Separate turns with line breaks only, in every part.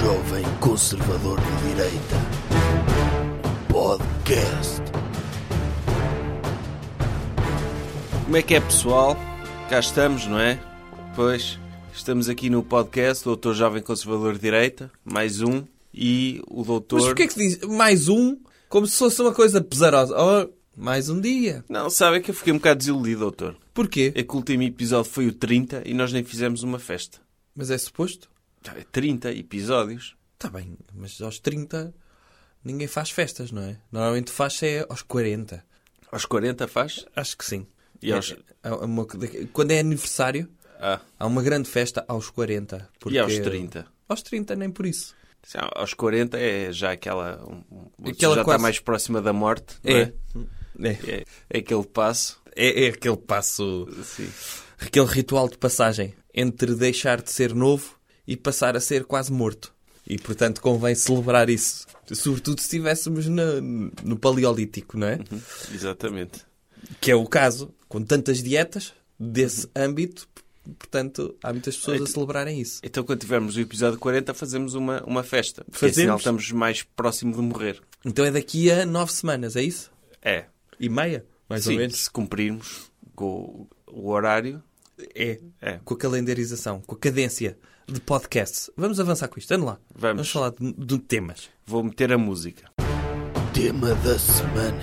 Jovem Conservador de Direita. Podcast.
Como é que é, pessoal? Cá estamos, não é? Pois, estamos aqui no podcast Doutor Jovem Conservador de Direita, mais um, e o doutor...
Mas porquê é que diz mais um? Como se fosse uma coisa pesarosa. Oh, mais um dia.
Não, sabe é que eu fiquei um bocado desiludido, doutor.
Porquê?
É que o último episódio foi o 30 e nós nem fizemos uma festa.
Mas é suposto?
Já é 30 episódios.
Está bem, mas aos 30 ninguém faz festas, não é? Normalmente faz é aos 40.
Aos 40 faz?
Acho que sim.
E aos-
É, é uma- quando é aniversário,
Ah,
há uma grande festa aos 40. porque-
e aos 30?
Aos 30, nem por isso.
Sim, Aos 40 é já aquela... Um, um- uma pessoa
Aquela
já está
quase-
mais próxima da morte, não é?
É. É.
É, é aquele passo.
É, é aquele passo,
Sim.
aquele ritual de passagem entre deixar de ser novo e passar a ser quase morto. E portanto convém celebrar isso. Sobretudo se estivéssemos na- no Paleolítico, não é?
Exatamente.
Que é o caso, com tantas dietas desse âmbito, p- portanto há muitas pessoas a celebrarem isso.
Então, quando tivermos o episódio 40, fazemos uma, uma festa. Porque
Fazemos.
afinal estamos mais próximo de morrer.
Então é daqui a nove semanas, é isso?
É.
E meia, mais
Sim,
ou menos.
se cumprirmos com o, o horário.
É.
É.
Com a calendarização, com a cadência de podcasts. Vamos avançar com isto, anda lá.
Vamos.
Vamos falar de- de temas.
Vou meter a música.
Tema da semana.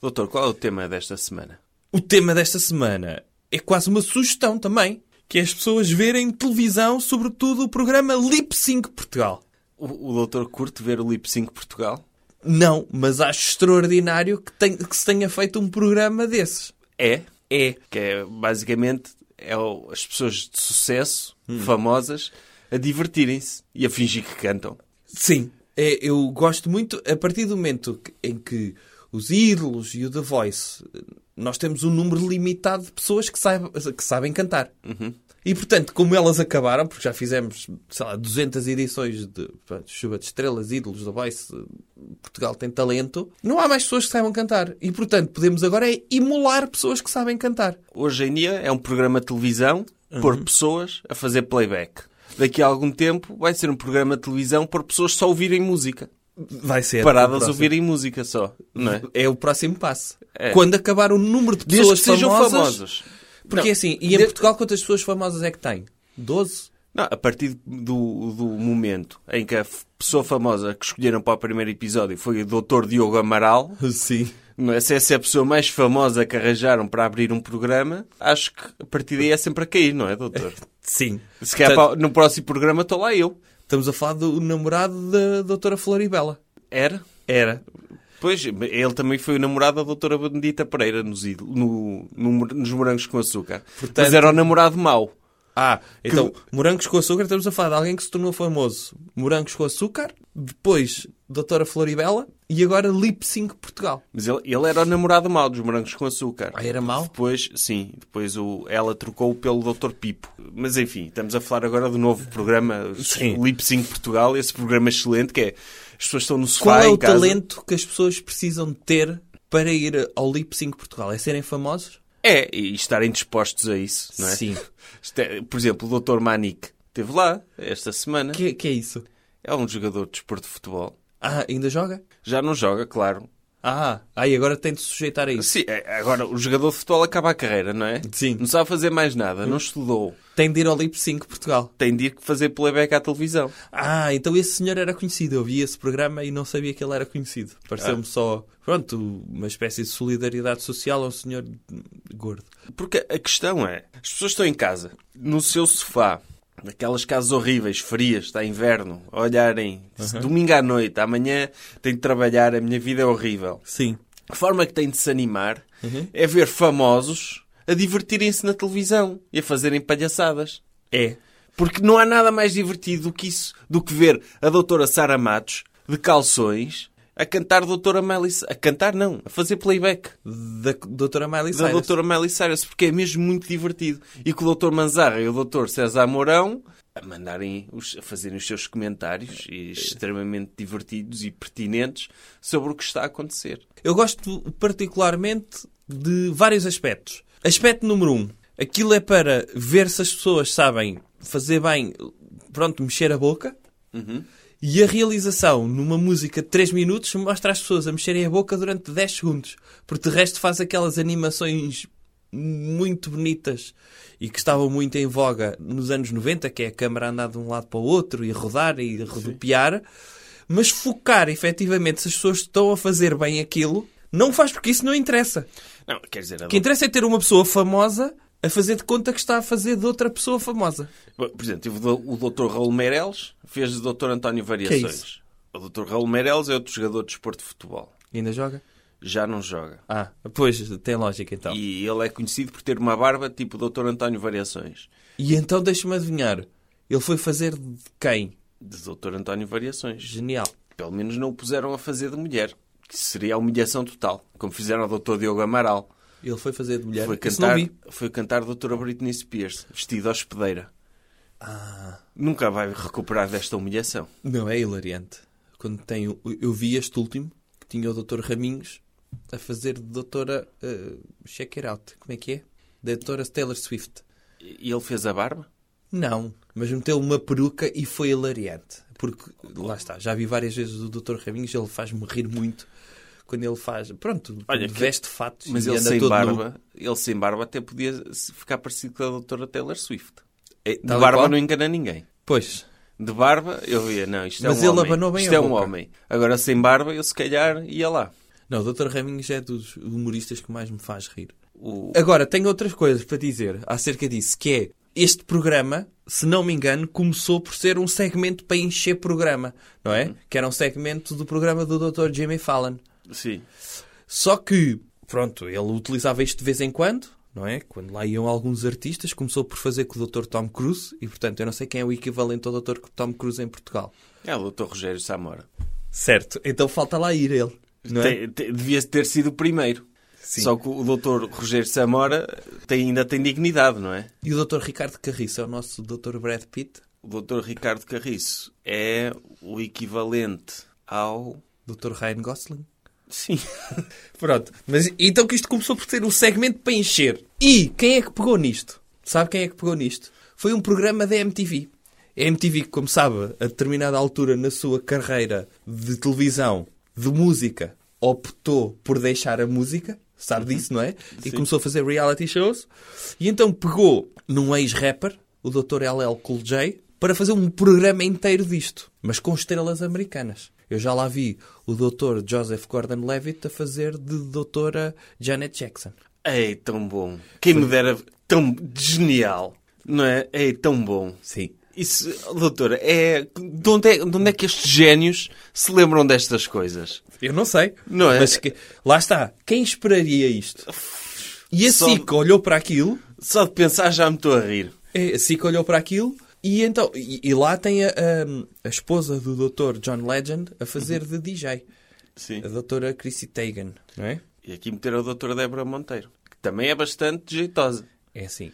Doutor, qual é o tema desta semana?
O tema desta semana é quase uma sugestão também, que é as pessoas verem televisão, sobretudo o programa Lip Sync Portugal.
O, o doutor curte ver o Lip Sync Portugal?
Não, mas acho extraordinário que, ten- que se tenha feito um programa desses.
É.
É.
Que é, basicamente, é o- as pessoas de sucesso, famosas, a divertirem-se e a fingir que cantam.
Sim. É, eu gosto muito, a partir do momento que- em que os ídolos e o The Voice, nós temos um número limitado de pessoas que, saiba- que sabem cantar.
Uhum.
E portanto, como elas acabaram, porque já fizemos, sei lá, 200 edições de pronto, Chuva de Estrelas, Ídolos, The Voice, Portugal tem talento, não há mais pessoas que saibam cantar. E portanto, podemos agora é imular pessoas que sabem cantar.
Hoje em dia é um programa de televisão
Uhum.
por pessoas a fazer playback. Daqui a algum tempo vai ser um programa de televisão por pessoas só ouvirem música.
Vai ser.
Paradas
É a
a ouvirem música só, não é?
É o próximo passo.
É.
Quando acabar o número de
Desde
pessoas
que sejam
famosas
famosos.
Porque
Não,
assim, e em Portugal quantas pessoas famosas é que tem? 12?
Não, a partir do, do momento em que a f- pessoa famosa que escolheram para o primeiro episódio foi o Dr. Diogo Amaral,
Sim.
não é? se essa é a pessoa mais famosa que arranjaram para abrir um programa, acho que a partir daí é sempre a cair, não é, doutor?
Sim.
Se calhar
Portanto,
para- no próximo programa estou lá eu.
Estamos a falar do namorado da doutora Floribela.
Era?
Era.
Pois, ele também foi o namorado da doutora Benedita Pereira nos, ídolo- no, no mor- nos Morangos com Açúcar. Mas era o namorado mau.
Ah, então, morangos com açúcar, estamos a falar de alguém que se tornou famoso. Morangos com açúcar, depois doutora Floribela e agora Lip Sync Portugal.
Mas ele, ele era o namorado mau dos Morangos com Açúcar.
Ah, era mau?
Depois, sim, depois o, ela trocou pelo Dr. Pipo. Mas enfim, estamos a falar agora do novo programa
Sim.
Lip Sync Portugal, esse programa excelente que é as pessoas estão no sofá
Qual é
em
o
casa.
talento que as pessoas precisam de ter para ir ao Lip Sync Portugal? É serem famosos?
É, e estarem dispostos a isso, não é?
Sim.
Isto é- Por exemplo, o Dr. Manic esteve lá esta semana.
Que, que é isso?
É um jogador de desporto de futebol.
Ah, ainda joga?
Já não joga, claro.
Ah, aí agora tem de se sujeitar a isso.
Sim, é, agora o jogador de futebol acaba a carreira, não é?
Sim.
Não sabe fazer mais nada, não estudou.
Tem de ir ao Lip Sync Portugal.
Tem de ir fazer playback à televisão.
Ah, então esse senhor era conhecido. Eu vi esse programa e não sabia que ele era conhecido. Pareceu-me
Ah.
só, pronto, uma espécie de solidariedade social a um senhor gordo.
Porque a questão é, as pessoas estão em casa, no seu sofá, naquelas casas horríveis, frias, está inverno, a olharem, domingo à noite, amanhã tenho de trabalhar, a minha vida é horrível.
Sim.
A forma que têm de se animar é ver famosos a divertirem-se na televisão e a fazerem palhaçadas.
É.
Porque não há nada mais divertido do que isso, do que ver a doutora Sara Matos de calções a cantar doutora Miley Cy- a cantar não, a fazer playback
Da doutora Miley
da
Cyrus.
doutora Miley Cyrus, porque é mesmo muito divertido. E com o doutor Manzarra e o doutor César Mourão a mandarem os, a fazerem os seus comentários e extremamente divertidos e pertinentes sobre o que está a acontecer.
Eu gosto particularmente de vários aspectos. Aspecto número um. Aquilo é para ver se as pessoas sabem fazer bem, pronto, mexer a boca. E a realização numa música de 3 minutos mostra as pessoas a mexerem a boca durante 10 segundos. Porque de resto faz aquelas animações muito bonitas e que estavam muito em voga nos anos 90, que é a câmara andar de um lado para o outro e rodar e rodopiar. Mas focar efetivamente se as pessoas estão a fazer bem aquilo, não faz porque isso não interessa.
Não, quer dizer, a
O que interessa é ter uma pessoa famosa a fazer de conta que está a fazer de outra pessoa famosa.
Bom, Por exemplo, tive o o Dr. Raul Meireles, fez o Dr. António Variações.
Que é isso?
O Dr. Raul Meireles é outro jogador de esporte de futebol.
Ainda joga?
Já não joga.
Ah, pois, tem lógica então. E,
E ele é conhecido por ter uma barba tipo o Dr. António Variações.
então deixa-me adivinhar. Ele foi fazer de quem?
De Dr. António Variações.
Genial.
Pelo menos não o puseram a fazer de mulher, que seria a humilhação total, como fizeram ao Dr. Diogo Amaral.
Ele foi fazer de mulher.
Foi
Isso não
cantar,
vi.
foi cantar Doutora Britney Spears, vestida hospedeira.
Ah.
Nunca vai recuperar desta humilhação.
Não, é hilariante. Quando tem, o- eu vi este último, que tinha o Dr. Raminhos a fazer de doutora... eh, check it out. Como é que é? Da doutora Taylor Swift.
E ele fez a barba?
Não, mas meteu uma peruca e foi hilariante. Porque, lá está, já vi várias vezes o Dr. Raminhos, ele faz-me rir muito quando ele faz. Pronto,
Olha, que-
veste fatos
Mas
e
ele
anda
sem
todo nu.
barba, ele sem barba até podia se- ficar parecido com a doutora Taylor Swift.
É,
De
tal e
barba
qual.
não engana ninguém.
Pois,
De barba eu ia, não, isto é
Mas
um
ele
homem.
abanou bem
isto
a
é um
boca.
homem. Agora sem barba eu se calhar ia lá.
não, o Dr. Raminhos é dos humoristas que mais me faz rir.
O-
Agora, tenho outras coisas para dizer acerca disso, que é este programa, se não me engano, começou por ser um segmento para encher programa, não é? Que era um segmento do programa do Dr. Jimmy Fallon.
Sim.
Só que, pronto, ele utilizava isto de vez em quando, não é? Quando lá iam alguns artistas, começou por fazer com o Dr. Tom Cruise, e portanto eu não sei quem é o equivalente ao Dr. Tom Cruise em Portugal.
É o doutor Rogério Samora.
Certo, então falta lá ir ele, não é?
Tem- te- devia ter sido o primeiro. Só que o doutor Rogério Samora tem- ainda tem dignidade, não é?
E o Dr. Ricardo Carriço é o nosso Dr. Brad Pitt,
O doutor Ricardo Carriço é o equivalente ao...
Dr. Ryan Gosling.
Sim.
Pronto, mas então que isto começou por ter um segmento para encher. E quem é que pegou nisto? Sabe quem é que pegou nisto? Foi um programa da MTV. A MTV, que, como sabe, a determinada altura na sua carreira de televisão, de música, optou por deixar a música, sabe disso, não é? E começou a fazer reality shows. E então pegou num ex-rapper, o Dr. LL Cool J, para fazer um programa inteiro disto, mas com estrelas americanas. Eu já lá vi o Dr. Joseph Gordon-Levitt a fazer de Doutora Janet Jackson.
Ei, tão bom. Quem me dera tão genial, não é? Ei, tão bom.
Sim.
Isso, doutora, é... De onde é, de onde é que estes génios se lembram destas coisas?
Eu não sei.
Não é?
Mas que- lá está. Quem esperaria isto? E a
Só-
SIC olhou para aquilo
Só de pensar já me estou a rir.
É, a SIC olhou para aquilo e então e, e lá tem a, a- a esposa do Dr. John Legend a fazer de DJ.
Uhum. Sim.
A doutora Chrissy Teigen, não é?
E aqui meter a doutora Débora Monteiro, que também é bastante jeitosa.
É assim.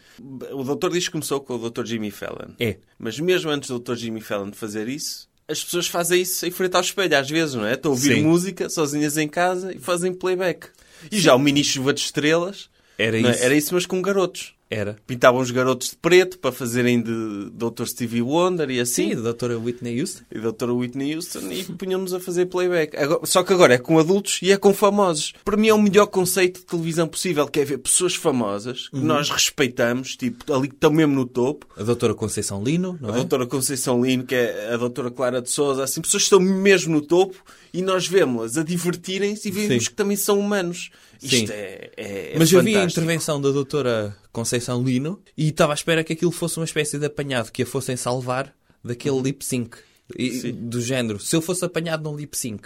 O doutor diz que começou com o Dr. Jimmy Fallon.
É.
Mas mesmo antes do Dr. Jimmy Fallon fazer isso, as pessoas fazem isso em frente ao espelho, às vezes, não é? Estão a ouvir
Sim.
música, sozinhas em casa, e fazem playback. E já o mini chuva de estrelas...
Era
não é?
isso.
Era isso, mas com garotos.
Era.
Pintavam os garotos de preto para fazerem de Dr. Stevie Wonder e assim.
Sim, a doutora Whitney Houston.
E Dr. Whitney Houston e punham-nos a fazer playback. Agora- só que agora é com adultos e é com famosos. Para mim é o melhor conceito de televisão possível, que é ver pessoas famosas
Uhum.
que nós respeitamos, tipo, ali que estão mesmo no topo.
A doutora Conceição Lino, não
A
é?
doutora Conceição Lino, que é a doutora Clara de Souza, assim, pessoas que estão mesmo no topo e nós vemos-las a divertirem-se e vemos
Sim.
que também são humanos. Isto
Sim.
é, é, é
Mas eu vi a
fantástico.
intervenção da doutora Conceição Lino e estava à espera que aquilo fosse uma espécie de apanhado, que a fossem salvar daquele lip sync. E-
Uhum. Sim. Uhum.
do género, se eu fosse apanhado num lip sync,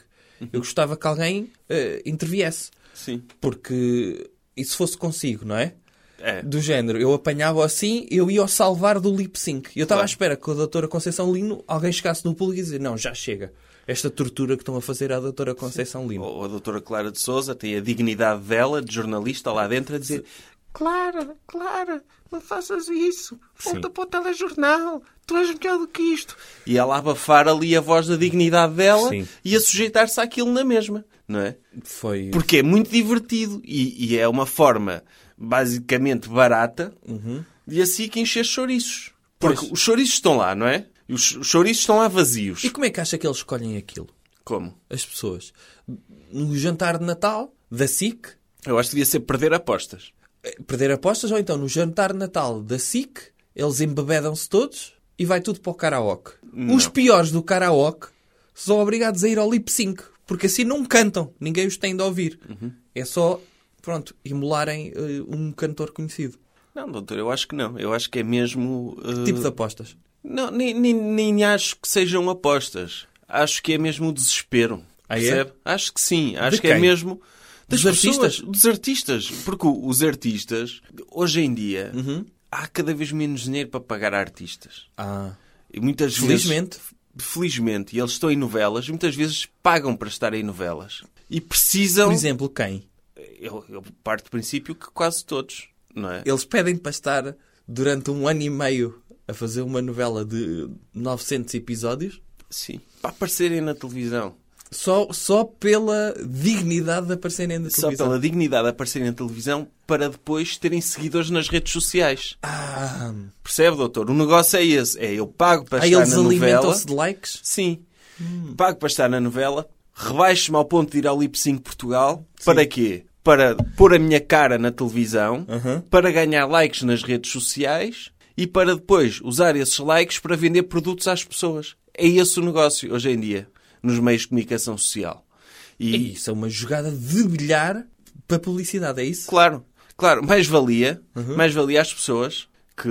eu gostava que alguém eh, interviesse.
Sim.
Porque isso fosse consigo, não é?
É.
Do género, eu apanhava assim, eu ia ao salvar do lip sync. Eu estava à
Claro.
espera que a doutora Conceição Lino, alguém chegasse no público e dizer, não, já chega. Esta tortura que estão a fazer à doutora Conceição Lino.
Ou a doutora Clara de Souza tem a dignidade dela, de jornalista lá dentro, a dizer
Clara, Clara, não faças isso. Volta para o telejornal. Tu és melhor do que isto.
E ela a abafar ali a voz da dignidade dela
Sim.
e a sujeitar-se àquilo na mesma, não é?
Foi...
Porque é muito divertido e, e é uma forma
Uhum.
basicamente barata de assim que encher chouriços. Porque os chouriços estão lá, não é? E os os chouriços estão lá vazios.
E como é que acha que eles escolhem aquilo?
Como?
As pessoas? No jantar de Natal, da SIC,
Eu acho que devia ser perder apostas.
eh, perder apostas, ou então no jantar de Natal da SIC, eles embebedam-se todos e vai tudo para o karaoke. Os piores do karaoke são obrigados a ir ao lip sync, porque assim não cantam, ninguém os tem de ouvir. É só, pronto, emularem eh, um cantor conhecido.
Não, doutor, eu acho que não. Eu acho que é mesmo. eh,
Tipo de apostas.
Não, nem, nem, nem acho que sejam apostas. Acho que é mesmo o desespero.
Ah, é?
percebe? Acho que sim. Acho que é
quem?
mesmo. Das
Dos
pessoas,
artistas?
Dos artistas. Porque o- os artistas, hoje em dia,
Uhum.
há cada vez menos dinheiro para pagar a artistas.
Ah,
E muitas
felizmente.
vezes. Felizmente. E eles estão em novelas. Muitas vezes pagam para estar em novelas. E precisam.
Por exemplo, quem?
eu, eu parto do princípio que quase todos. Não é?
Eles pedem para estar durante um ano e meio a fazer uma novela de 900 episódios
Sim. Para aparecerem na televisão.
só, só pela dignidade de aparecerem na
só
televisão.
pela dignidade de aparecerem na televisão para depois terem seguidores nas redes sociais.
Ah,
Percebe, doutor? O negócio é esse. É eu pago para
aí
estar
eles
na novela.
alimentam-se de Hum. likes?
Sim. Pago para estar na novela. Rebaixo-me ao ponto de ir ao Lip Sync Portugal. Para quê? Para pôr a minha cara na televisão, para ganhar likes nas redes sociais e para depois usar esses likes para vender produtos às pessoas. É esse o negócio hoje em dia, nos meios de comunicação social.
E isso é uma jogada de bilhar para publicidade, é isso?
Claro, claro. Mais valia, mais valia às pessoas que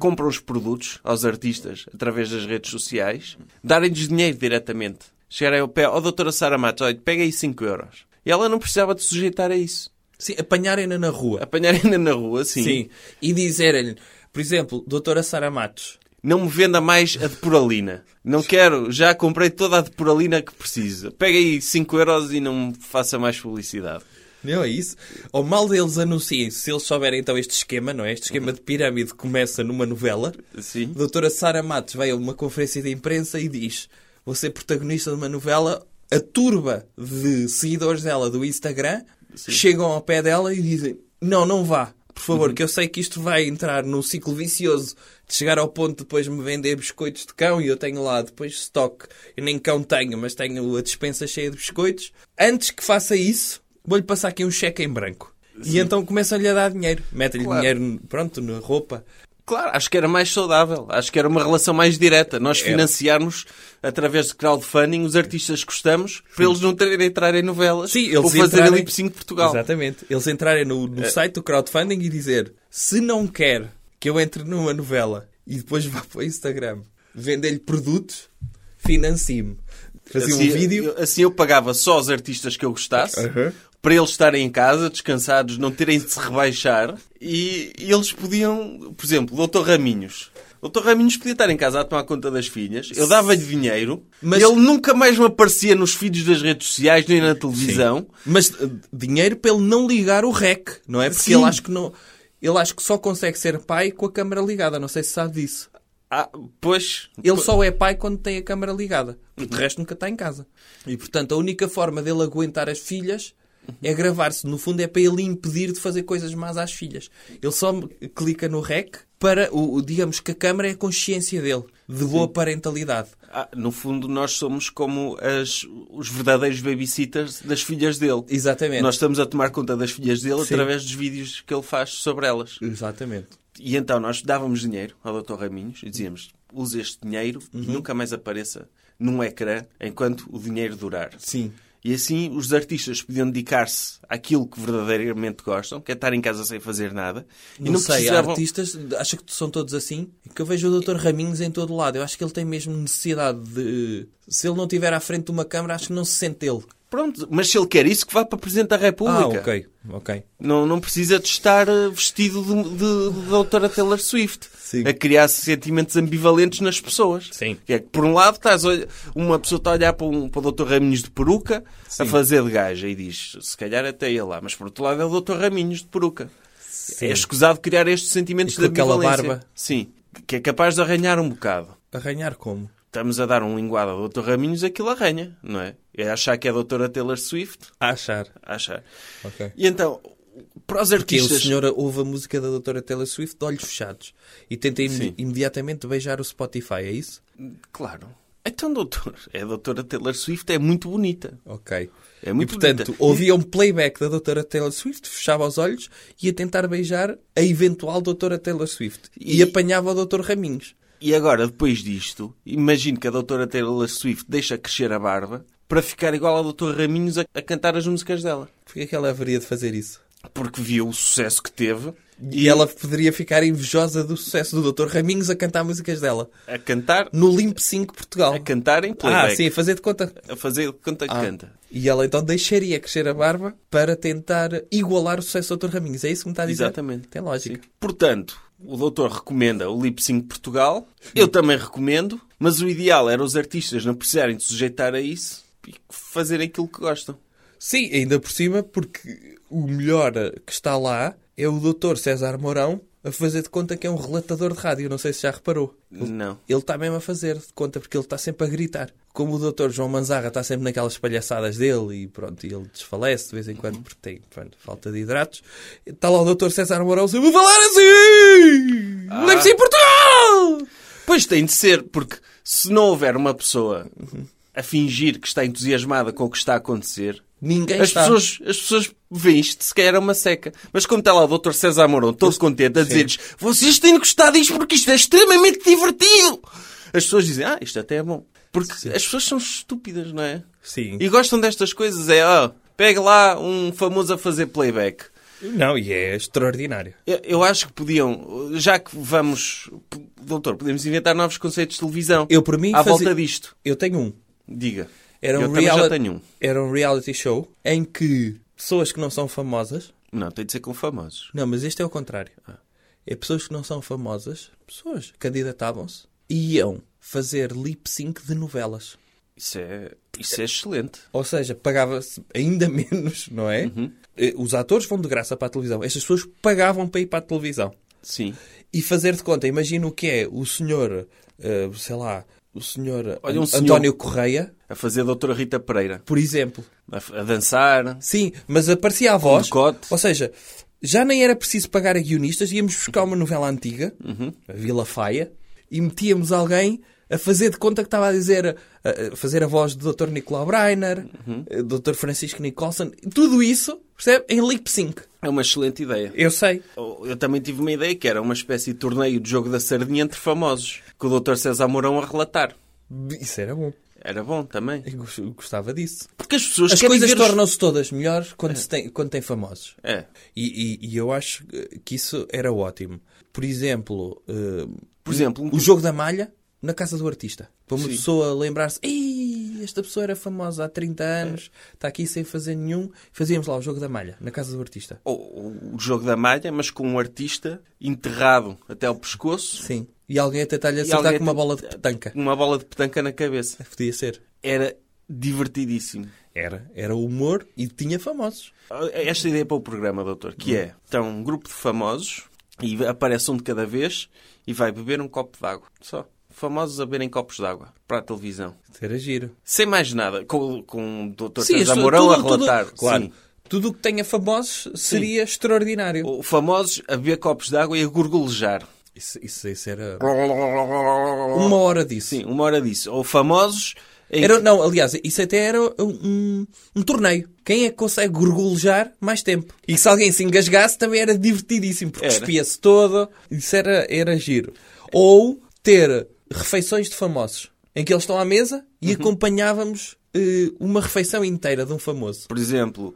compram os produtos aos artistas através das redes sociais darem-lhes dinheiro diretamente. Chegarem ao pé, ó doutora Sara Matos, olha, pega aí 5 euros. E ela não precisava de sujeitar a isso.
Sim, apanharem-na na rua.
Apanharem-na na rua, sim.
E dizerem-lhe, por exemplo, doutora Sara Matos,
Não me venda mais a depuralina. Não quero, já comprei toda a depuralina que preciso. Pega aí 5 euros e não me faça mais publicidade.
Não é isso? Ou mal eles anunciem, se eles souberem então este esquema, não é? Este esquema de pirâmide começa numa novela.
Sim.
A doutora Sara Matos vai a uma conferência de imprensa e diz: Vou ser protagonista de uma novela. A turba de seguidores dela do Instagram chegam ao pé dela e dizem: Não, não vá, por
Uhum.
favor, que eu sei que isto vai entrar num ciclo vicioso de chegar ao ponto de depois me vender biscoitos de cão e eu tenho lá depois estoque. Eu nem cão tenho, mas tenho a dispensa cheia de biscoitos. Antes que faça isso, vou-lhe passar aqui um cheque em branco. E então começam-lhe a dar dinheiro. Metem-lhe
Claro.
dinheiro, pronto, na roupa.
Claro, acho que era mais saudável. Acho que era uma relação mais direta. Nós financiarmos, através de crowdfunding, os artistas que gostamos, para eles não terem de entrar em novelas
Sim, eles
ou fazer
entrarem-
a Lip Sync Portugal. Eh,
Exatamente. Eles entrarem no, no site do crowdfunding e dizer se não quer que eu entre numa novela e depois vá para o Instagram vender-lhe produtos, financie-me. Fazia
Assim,
um vídeo.
eu- assim eu pagava só os artistas que eu gostasse,
Uhum.
para eles estarem em casa, descansados, não terem de se rebaixar. E, e eles podiam, por exemplo, o Dr. Raminhos. O Dr. Raminhos podia estar em casa a tomar conta das filhas, eu dava-lhe dinheiro,
Mas-
ele nunca mais me aparecia nos feeds das redes sociais nem na televisão.
Mas eh, dinheiro para ele não ligar o rec, não é? Porque
Sim.
ele acho que não. Ele acho que só consegue ser pai com a câmara ligada, não sei se sabe disso.
Ah, pois,
Ele só é pai quando tem a câmara ligada. Porque de resto nunca está em casa. Uhum. E portanto a única forma dele aguentar as filhas é gravar-se. No fundo é para ele impedir de fazer coisas más às filhas. Ele só me- clica no rec para, o, o- digamos que a câmara é a consciência dele. De boa parentalidade.
Ah, no fundo, nós somos como as- os verdadeiros babysitters das filhas dele.
Exatamente.
Nós estamos a tomar conta das filhas dele
Sim.
através dos vídeos que ele faz sobre elas.
Exatamente.
E então nós dávamos dinheiro ao Dr. Raminhos e dizíamos: use este dinheiro
Uhum.
e nunca mais apareça num ecrã enquanto o dinheiro durar.
Sim.
E assim os artistas podiam dedicar-se àquilo que verdadeiramente gostam, que é estar em casa sem fazer nada.
Não,
e não
sei, há
precisavam...
artistas, acho que são todos assim. É que eu vejo o Dr. Raminhos em todo lado. Eu acho que ele tem mesmo necessidade de. Se ele não estiver à frente de uma câmara, acho que não se sente ele.
Pronto, mas se ele quer isso, que vá para Presidente da República.
Ah, ok, ok.
Não, não precisa de estar eh, vestido de, de, de doutora Taylor Swift
Sim.
a criar sentimentos ambivalentes nas pessoas.
Sim.
Que é que, por um lado, estás a olh- uma pessoa está a olhar para, um, para o doutor Raminhos de peruca a fazer de gaja e diz, se calhar até ia lá, mas por outro lado é o doutor Raminhos de peruca. É escusado criar estes sentimentos
E com
de
aquela
ambivalência.
barba.
Sim, que é capaz de arranhar um bocado.
Arranhar como?
Estamos a dar um linguado ao doutor Raminhos, aquilo arranha, não é? É achar que é a doutora Taylor Swift,
A achar.
achar.
Ok.
E então, para os
Que o
artistas.
senhor ouve a música da doutora Taylor Swift de olhos fechados e tenta im- imediatamente beijar o Spotify, é isso?
Claro. Então, doutor, é a doutora Taylor Swift é muito bonita.
Ok.
É muito
e, portanto,
bonita.
ouvia um playback da doutora Taylor Swift, fechava os olhos e ia tentar beijar a eventual doutora Taylor Swift. E,
E-
apanhava o doutor Raminhos.
E agora, depois disto, imagino que a doutora Taylor Swift deixa crescer a barba para ficar igual ao doutor Raminhos a, a cantar as músicas dela.
Porquê é que ela haveria de fazer isso?
Porque viu o sucesso que teve
E, ela poderia ficar invejosa do sucesso do doutor Raminhos a cantar músicas dela.
a cantar,
No Limp 5 Portugal.
a cantar em
ah,
playback.
sim, Ah, a fazer de conta.
A fazer canta que canta.
E ela então deixaria crescer a barba para tentar igualar o sucesso do Dr. Raminhos. É isso que me está a dizer?
Exatamente.
Tem lógica.
Portanto, o doutor recomenda o Lip Sync Portugal. Eu também recomendo. Mas o ideal era os artistas não precisarem de sujeitar a isso e fazerem aquilo que gostam.
Sim, ainda por cima, porque o melhor que está lá é o Dr. César Mourão a fazer de conta que é um relatador de rádio. Não sei se já reparou.
Não.
Ele está mesmo a fazer de conta, porque ele está sempre a gritar. Como o Dr. João Manzarra está sempre naquelas palhaçadas dele e pronto, e ele desfalece de vez em quando porque tem pronto, falta de hidratos. Está lá o Dr. César Mourão sempre a falar assim! Ah. Lembra-se em Portugal!
Pois tem de ser, porque se não houver uma pessoa a fingir que está entusiasmada com o que está a acontecer,
Ninguém
as
está.
pessoas, as pessoas veem isto, se calhar é uma seca. Mas como está lá o Dr. César Mourão, todo contente, a dizer-lhes: vocês têm de gostar disto porque isto é extremamente divertido. As pessoas dizem: ah, isto até é bom. Porque as pessoas são estúpidas, não é?
Sim.
E gostam destas coisas. É, ó, pega lá um famoso a fazer playback.
Não, e é extraordinário.
Eu, eu acho que podiam, já que vamos, p- doutor, podemos inventar novos conceitos de televisão.
Eu, por mim,
à
fazia-
volta disto.
Eu tenho um.
Diga.
Era um,
eu também
reality...
já tenho um.
Era um reality show em que pessoas que não são famosas.
Não, tem de ser com famosos.
Não, mas este é o contrário. É pessoas que não são famosas, pessoas candidatavam-se e iam fazer lip sync de novelas.
Isso é, isso é excelente.
Ou seja, pagava-se ainda menos, não é?
Uhum.
Eh, Os atores vão de graça para a televisão. Estas pessoas pagavam para ir para a televisão.
Sim.
e fazer de conta. Imagina o que é o senhor, eh, sei lá, o senhor
Olha, um
An-
senhor-
António Correia,
A fazer a doutora Rita Pereira.
por exemplo.
A, a dançar.
Sim, mas aparecia a voz.
Um decote.
Ou seja, já nem era preciso pagar a guionistas, íamos buscar uma novela antiga,
Uhum.
a Vila Faia, e metíamos alguém a fazer de conta que estava a dizer, a, a fazer a voz do Dr. Nicolau Breiner,
Uhum.
eh, Dr. Francisco Nicholson, tudo isso, percebe? Em lip sync.
É uma excelente ideia.
Eu sei.
Eu eu também tive uma ideia que era uma espécie de torneio de jogo da sardinha entre famosos. Com o doutor César Mourão a relatar.
Isso era bom.
Era bom também.
Eu gos- eu gostava disso.
Porque as pessoas
As
querem É.
coisas
ver os-
tornam-se todas melhores quando, se tem, quando tem famosos.
É.
E, e- e eu acho eh, que isso era ótimo. Por exemplo, eh,
Por exemplo, um-
o jogo da malha na casa do artista. Para uma
Sim.
pessoa lembrar-se, "Ei, esta pessoa era famosa há 30 anos,
É.
está aqui sem fazer nenhum. Fazíamos lá o jogo da malha na casa do artista.
ou o jogo da malha, mas com um artista enterrado até ao pescoço,
Sim. E alguém a tentar-lhe
E
acertar
alguém É.
com uma
a-
bola de petanca.
com uma bola de petanca na cabeça.
Podia ser.
Era divertidíssimo.
Era. Era humor e tinha famosos.
Ah, Esta ideia é para o programa, doutor, que é, então, um grupo de famosos, e aparece um de cada vez, e vai beber um copo de água. Só. Famosos a beberem copos de água, para a televisão.
Era giro.
Sem mais nada, com, com o doutor
Sim,
César
isso-
Mourão a
tudo- tudo-
relatar.
claro.
Sim.
Tudo o que tenha famosos seria extraordinário.
O- Famosos a beber copos de água e a gorgolejar.
Isso, isso, isso era. Uma hora disso.
Sim, uma hora disso. Ou famosos... em
Era, não, aliás, isso até era um, um- um torneio. Quem é que consegue gorgolejar mais tempo? E se alguém se engasgasse também era divertidíssimo, porque
Era.
espia-se todo. Isso era, era giro. Ou ter refeições de famosos, em que eles estão à mesa e acompanhávamos eh, uma refeição inteira de um famoso.
Por exemplo,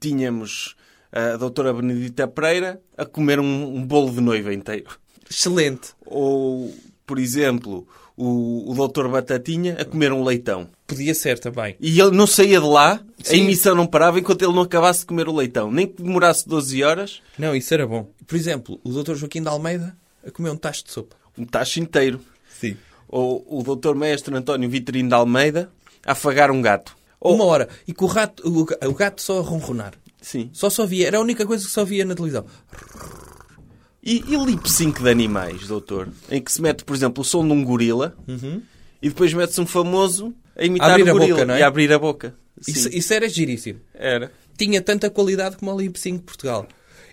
tínhamos a doutora Benedita Pereira a comer um, um bolo de noiva inteiro.
Excelente.
Ou, por exemplo, o, o doutor Batatinha a comer um leitão.
Podia ser também.
E ele não saía de lá, a
Sim.
emissão não parava enquanto ele não acabasse de comer o leitão. Nem que demorasse 12 horas,
Não, isso era bom. Por exemplo, o Dr. Joaquim de Almeida a comer um tacho de sopa.
um tacho inteiro.
Sim.
Ou o doutor Mestre António Vitorino de Almeida a afagar um gato. Ou,
Uma hora. E com o, rato, o, ga- o gato só a ronronar.
sim.
Só só via. Era a única coisa que só via na televisão.
E, e lip sync de animais, doutor? Em que se mete, por exemplo, o som de um gorila e depois mete-se um famoso a imitar o
Uhum. Abrir a
gorila
boca, não é?
e a abrir a boca. Sim.
Isso, isso era giríssimo.
era.
Tinha tanta qualidade como o Olymp 5 Portugal.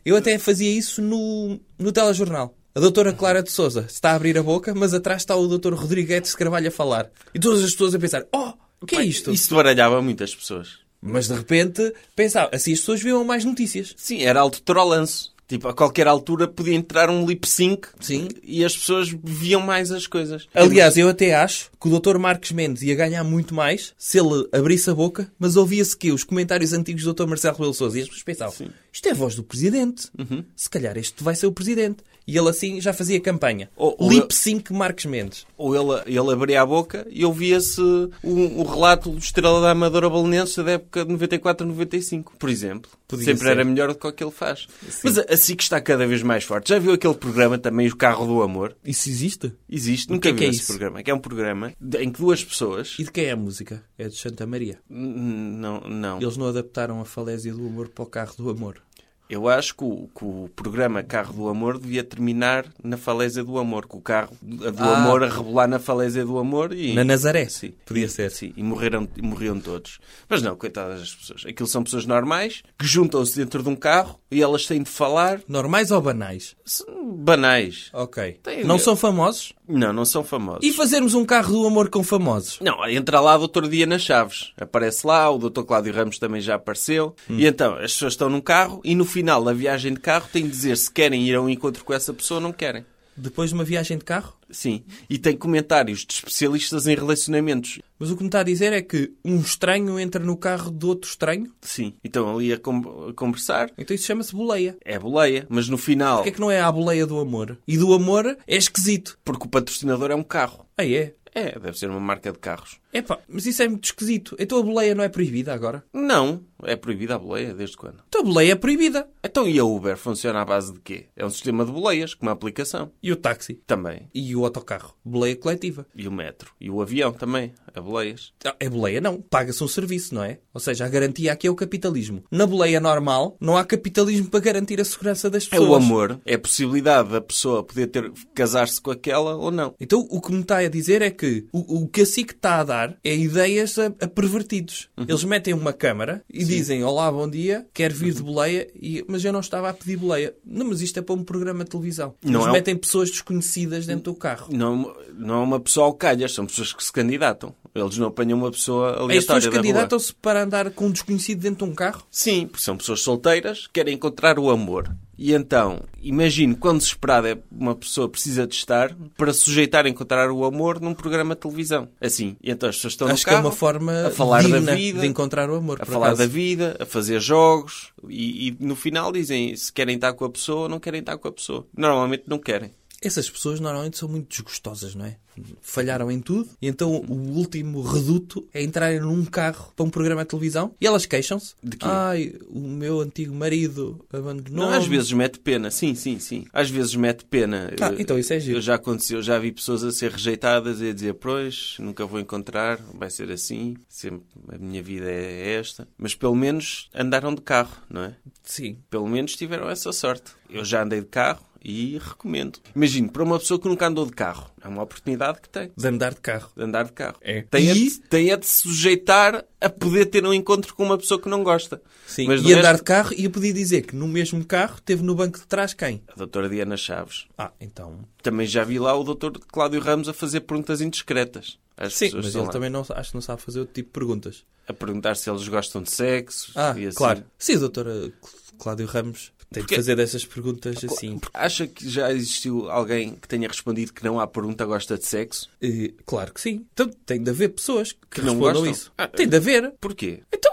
Eu até fazia isso no, no telejornal. A doutora Clara de Souza está a abrir a boca, mas atrás está o doutor Rodrigues Carvalho a falar. E todas as pessoas a pensar, oh, o que é isto?
Isso baralhava muitas pessoas.
Mas de repente pensava, assim as pessoas viam mais notícias.
Sim, era alto trolanço. Tipo, a qualquer altura podia entrar um lip sync
Sim.
e as pessoas viam mais as coisas.
Aliás, eu até acho que o Dr. Marcos Mendes ia ganhar muito mais se ele abrisse a boca, mas ouvia-se que os comentários antigos do Dr. Marcelo Rebelo de Sousa e as pessoas pensavam, isto é a voz do Presidente, se calhar este vai ser o Presidente. E ele assim já fazia campanha.
Ou- ou
Lip Sync Marcos Mendes.
Ou ele, ele abria a boca e ouvia-se o, o relato do Estrela da Amadora Belenense da época de 94-95, por exemplo.
Podia
Sempre
ser.
era melhor do que o que ele faz. Mas assim que está cada vez mais forte. Já viu aquele programa também, O Carro do Amor?
Isso existe?
Existe,
O
nunca
que é
vi
que é
esse
isso?
programa. Que é um programa de- em que duas pessoas...
E de quem é a música? É de Santa Maria.
N- Não, não.
Eles não adaptaram a falésia do amor para o carro do amor.
Eu acho que o, que o programa Carro do Amor devia terminar na falésia do amor, com o carro do
Ah.
amor a rebolar na falésia do amor e...
Na Nazaré.
Sim.
Podia ser.
Sim, e morreram, e morriam todos. Mas não, coitadas das pessoas. Aquilo são pessoas normais que juntam-se dentro de um carro e elas têm de falar
Normais ou banais?
são banais.
Ok.
Tem a
não
ver.
são famosos?
Não, não são famosos.
E fazermos um carro do amor com famosos?
Não, entra lá o doutor Diana Chaves. Aparece lá, o doutor Cláudio Ramos também já apareceu.
Hum.
E então, as pessoas estão num carro e no final da viagem de carro têm de dizer se querem ir a um encontro com essa pessoa ou não querem.
Depois de uma viagem de carro?
Sim. E tem comentários de especialistas em relacionamentos.
Mas o que me está a dizer é que um estranho entra no carro do outro estranho?
Sim. Então, ali a, com- a conversar...
Então isso chama-se boleia.
É boleia, mas no final,
Porquê é que não é a boleia do amor? E do amor é esquisito.
porque o patrocinador é um carro.
Ah, é?
É, deve ser uma marca de carros.
Epá, mas isso é muito esquisito. Então a boleia não é proibida agora?
Não, é proibida a boleia, desde quando?
Então a boleia é proibida.
Então e a Uber funciona à base de quê? É um sistema de boleias, com uma aplicação.
E o táxi?
Também.
E o autocarro? Boleia coletiva.
E o metro. E o avião também, a boleias.
Ah, A boleia não. Paga-se um serviço, não é? Ou seja, a garantia aqui é o capitalismo. Na boleia normal, não há capitalismo para garantir a segurança das
É
pessoas.
o amor, é a possibilidade da pessoa poder ter casar-se com aquela ou não.
Então o que me está a dizer é que o, o que a SIC está a dar é ideias a, a pervertidos.
Uhum.
Eles metem uma câmara e dizem Olá, bom dia, quero vir
Uhum.
de boleia, e, mas eu não estava a pedir boleia. Não, mas isto é para um programa de televisão.
Não
Eles
é um-
metem pessoas desconhecidas dentro do carro.
Não, não é uma pessoa ao calhas, são pessoas que se candidatam. Eles não apanham uma pessoa aleatória
As pessoas
da rua.
candidatam-se para andar com um desconhecido dentro de um carro?
Sim, porque são pessoas solteiras que querem encontrar o amor. E então, imagino quão desesperada é uma pessoa precisa de estar para se sujeitar a encontrar o amor num programa de televisão. Assim, e então as pessoas estão
Acho
no carro
que é uma forma
a falar
digna
da vida,
de encontrar o amor.
a
por
falar
acaso.
da vida, a fazer jogos e, e no final dizem se querem estar com a pessoa ou não querem estar com a pessoa. Normalmente não querem.
Essas pessoas normalmente são muito desgostosas, não é? Falharam em tudo e então o último reduto é entrarem num carro para um programa de televisão e elas queixam-se.
De quê?
Ai, o meu antigo marido abandonou.
Ah. Não, às vezes mete pena, sim, sim, sim. Às vezes mete pena.
Ah,
Eu-
então isso é giro.
eu Já aconteceu, já vi pessoas a ser rejeitadas e a dizer, pois, nunca vou encontrar, vai ser assim, sempre a minha vida é esta. Mas pelo menos andaram de carro, não é?
Sim.
Pelo menos tiveram essa sorte. Eu já andei de carro e recomendo. Imagino, para uma pessoa que nunca andou de carro, é uma oportunidade que tem.
De andar de carro.
De andar de carro.
É.
Tem, a,
E-
tem a de se sujeitar a poder ter um encontro com uma pessoa que não gosta.
Sim.
Mas
e
do resto,
andar de carro e eu podia dizer que no mesmo carro teve no banco de trás quem?
A doutora Diana Chaves.
Ah, então.
Também já vi lá o Dr. Cláudio Ramos a fazer perguntas indiscretas. às
Sim,
pessoas
mas
que estão
ele
lá.
também não, acho que não sabe fazer outro tipo de perguntas.
A perguntar se eles gostam de sexo
Ah,
e assim.
claro. Sim, a doutora Cl- Cláudio Ramos tem
Porque-
de fazer dessas perguntas assim.
Acha que já existiu alguém que tenha respondido que não à pergunta gosta de sexo?
Eh, claro que sim. Então, tem de haver pessoas que,
não
respondam
gostam.
isso.
Ah,
tem de haver.
Porquê?
Então,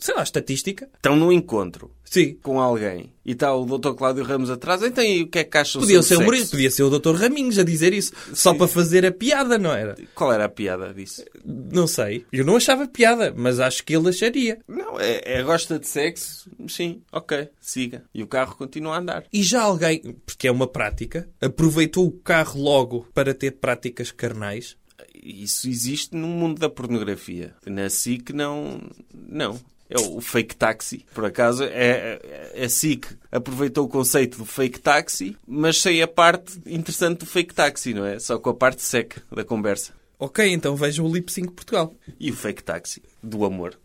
sei lá, estatística.
Estão num encontro
Sim.
com alguém e está o Dr. Cláudio Ramos atrás, então e o que é que acham
Podia ser,
sobre
o Murilo-
sexo?
podia ser o Dr. Raminhos a dizer isso. Só para fazer a piada, não era?
Qual era a piada disso?
Não sei. Eu não achava piada, mas acho que ele acharia.
Não, é, é gosta de sexo? Sim, ok, siga. E o carro continua a andar.
E já alguém, porque é uma prática, aproveitou o carro logo para ter práticas carnais.
Isso existe no mundo da pornografia. Na SIC não. Não. É o fake taxi. Por acaso, é, é- a SIC aproveitou o conceito do fake taxi, mas sem a parte interessante do fake taxi, não é? Só com a parte seca da conversa.
Ok, então veja o Lip Sync Portugal.
E o fake taxi do amor.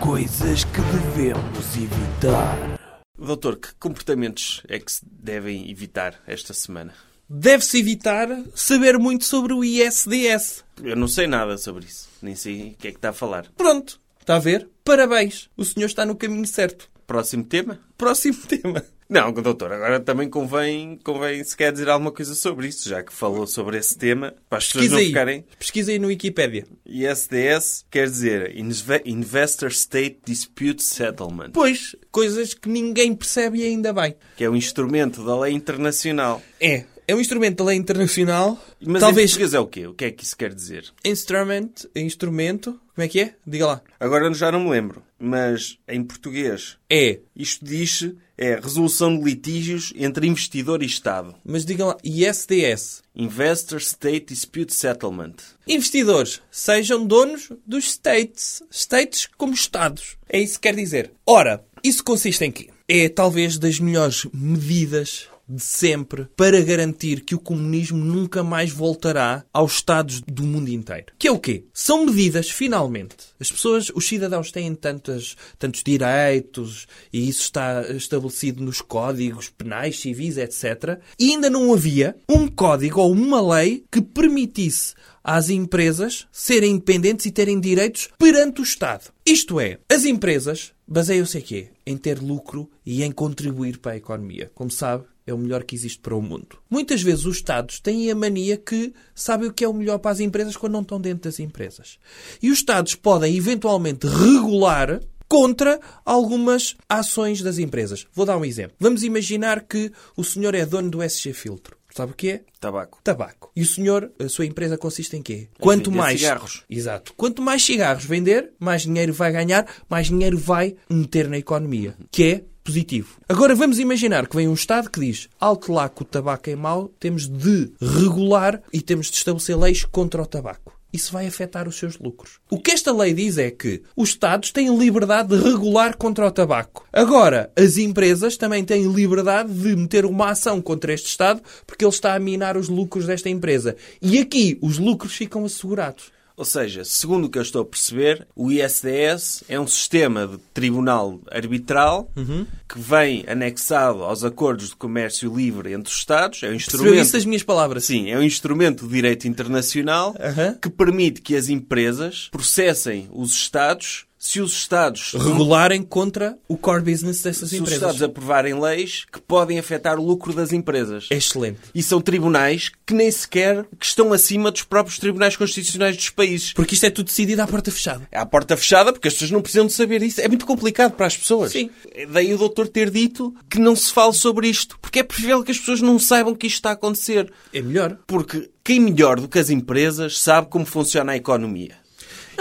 Coisas que devemos evitar.
Doutor, que comportamentos é que se devem evitar esta semana?
Deve-se evitar saber muito sobre o ISDS.
Eu não sei nada sobre isso. Nem sei o que é que está a falar.
Pronto, está a ver? Parabéns, o senhor está no caminho certo.
Próximo tema?
Próximo tema.
Não, doutor, agora também convém, convém se quer dizer alguma coisa sobre isso, já que falou sobre esse tema, para as pessoas
Pesquisa
não
aí.
ficarem.
Pesquisa aí no Wikipédia.
ISDS quer dizer Inve- Investor State Dispute Settlement,
Pois, coisas que ninguém percebe e ainda bem.
que é um instrumento da lei internacional.
É, é um instrumento da lei internacional.
Mas Talvez... em
talvez
português é o quê? O que é que isso quer dizer?
instrument, instrumento, como é que é? Diga lá.
Agora eu já não me lembro, mas em português
É,
isto diz é resolução de litígios entre investidor e Estado.
mas diga lá, ISDS.
Investor State Dispute Settlement.
Investidores, sejam donos dos states. States como estados. É isso que quer dizer. Ora, isso consiste em quê? É talvez das melhores medidas de sempre para garantir que o comunismo nunca mais voltará aos estados do mundo inteiro. Que é o quê? São medidas, finalmente. As pessoas, os cidadãos têm tantas, tantos direitos e isso está estabelecido nos códigos penais, civis, etc. E ainda não havia um código ou uma lei que permitisse às empresas serem independentes e terem direitos perante o Estado. Isto é, as empresas baseiam-se aqui em ter lucro e em contribuir para a economia. Como sabe, é o melhor que existe para o mundo. Muitas vezes os Estados têm a mania que sabem o que é o melhor para as empresas quando não estão dentro das empresas. E os Estados podem eventualmente regular contra algumas ações das empresas. Vou dar um exemplo. Vamos imaginar que o senhor é dono do SG Filtro. Sabe o que é?
Tabaco.
tabaco. E o senhor, a sua empresa consiste em quê? Quanto
vender
mais
cigarros.
Exato. Quanto mais cigarros vender, mais dinheiro vai ganhar, mais dinheiro vai meter na economia, que é positivo. Agora vamos imaginar que vem um Estado que diz alto lá que o tabaco é mau, temos de regular e temos de estabelecer leis contra o tabaco. Isso vai afetar os seus lucros. O que esta lei diz é que os Estados têm liberdade de regular contra o tabaco. Agora, as empresas também têm liberdade de meter uma ação contra este Estado porque ele está a minar os lucros desta empresa. E aqui os lucros ficam assegurados.
Ou seja, segundo o que eu estou a perceber, o ISDS é um sistema de tribunal arbitral
Uhum.
que vem anexado aos acordos de comércio livre entre os Estados. É um
Percebeu
instrumento.
isso as minhas palavras?
Sim, é um instrumento de direito internacional
Aham.
que permite que as empresas processem os Estados se os Estados
Regularem contra o core business dessas
se os
empresas.
Estados aprovarem leis que podem afetar o lucro das empresas.
É excelente.
E são tribunais que nem sequer que estão acima dos próprios tribunais constitucionais dos países.
Porque isto é tudo decidido à porta fechada.
É à porta fechada, porque as pessoas não precisam de saber isso. É muito complicado para as pessoas.
Sim.
Daí o doutor ter dito que não se fale sobre isto, porque é preferível que as pessoas não saibam que isto está a acontecer.
É melhor.
Porque quem melhor do que as empresas sabe como funciona a economia?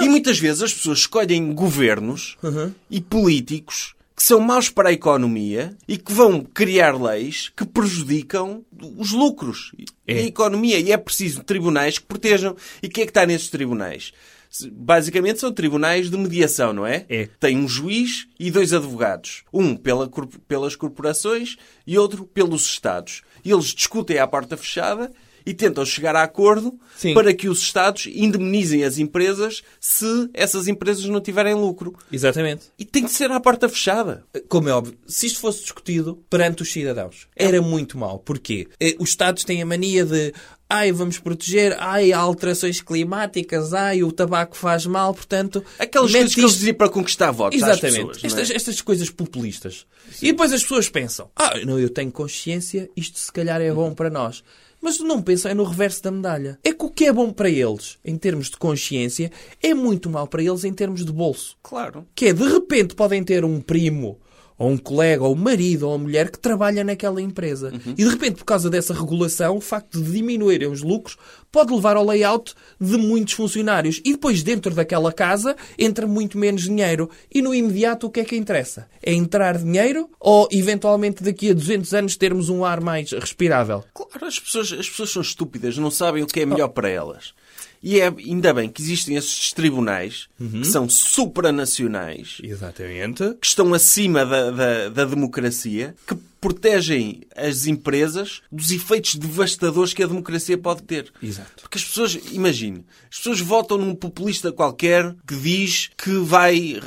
E muitas vezes as pessoas escolhem governos e políticos que são maus para a economia e que vão criar leis que prejudicam os lucros e a economia. E é preciso tribunais que protejam. E quem é que está nesses tribunais? Se- Basicamente são tribunais de mediação, não é?
É.
Tem um juiz e dois advogados. Um pela cor- pelas corporações e outro pelos Estados. E eles discutem à porta fechada e tentam chegar a acordo
Sim.
para que os Estados indemnizem as empresas se essas empresas não tiverem lucro.
Exatamente.
E tem que ser à porta fechada.
como é óbvio, se isto fosse discutido perante os cidadãos, era muito mal. Porquê? Eh, Os Estados têm a mania de ai, vamos proteger, ai, há alterações climáticas, ai, o tabaco faz mal, portanto...
Aquelas
mete
coisas que eles
isto-
diziam para conquistar votos às
Exatamente.
pessoas. não é?
estas, estas coisas populistas. E depois as pessoas pensam, ah, não, eu tenho consciência, isto se calhar é bom para nós. Mas não pensam, é no reverso da medalha. É que o que é bom para eles, em termos de consciência, é muito mal para eles em termos de bolso
Claro.
que é de repente podem ter um primo ou um colega ou um marido ou uma mulher que trabalha naquela empresa e de repente por causa dessa regulação o facto de diminuírem os lucros pode levar ao layout de muitos funcionários e depois dentro daquela casa entra muito menos dinheiro e no imediato o que é que interessa? É entrar dinheiro ou eventualmente daqui a 200 anos termos um ar mais respirável?
Claro, as pessoas, as pessoas são estúpidas, não sabem o
Ah.
que é melhor para elas. E é ainda bem que existem esses tribunais
Uhum.
que são supranacionais
Exatamente.
que estão acima da, da, da democracia, que protegem as empresas dos efeitos devastadores que a democracia pode ter.
Exato.
Porque as pessoas, imagine, as pessoas votam num populista qualquer que diz que vai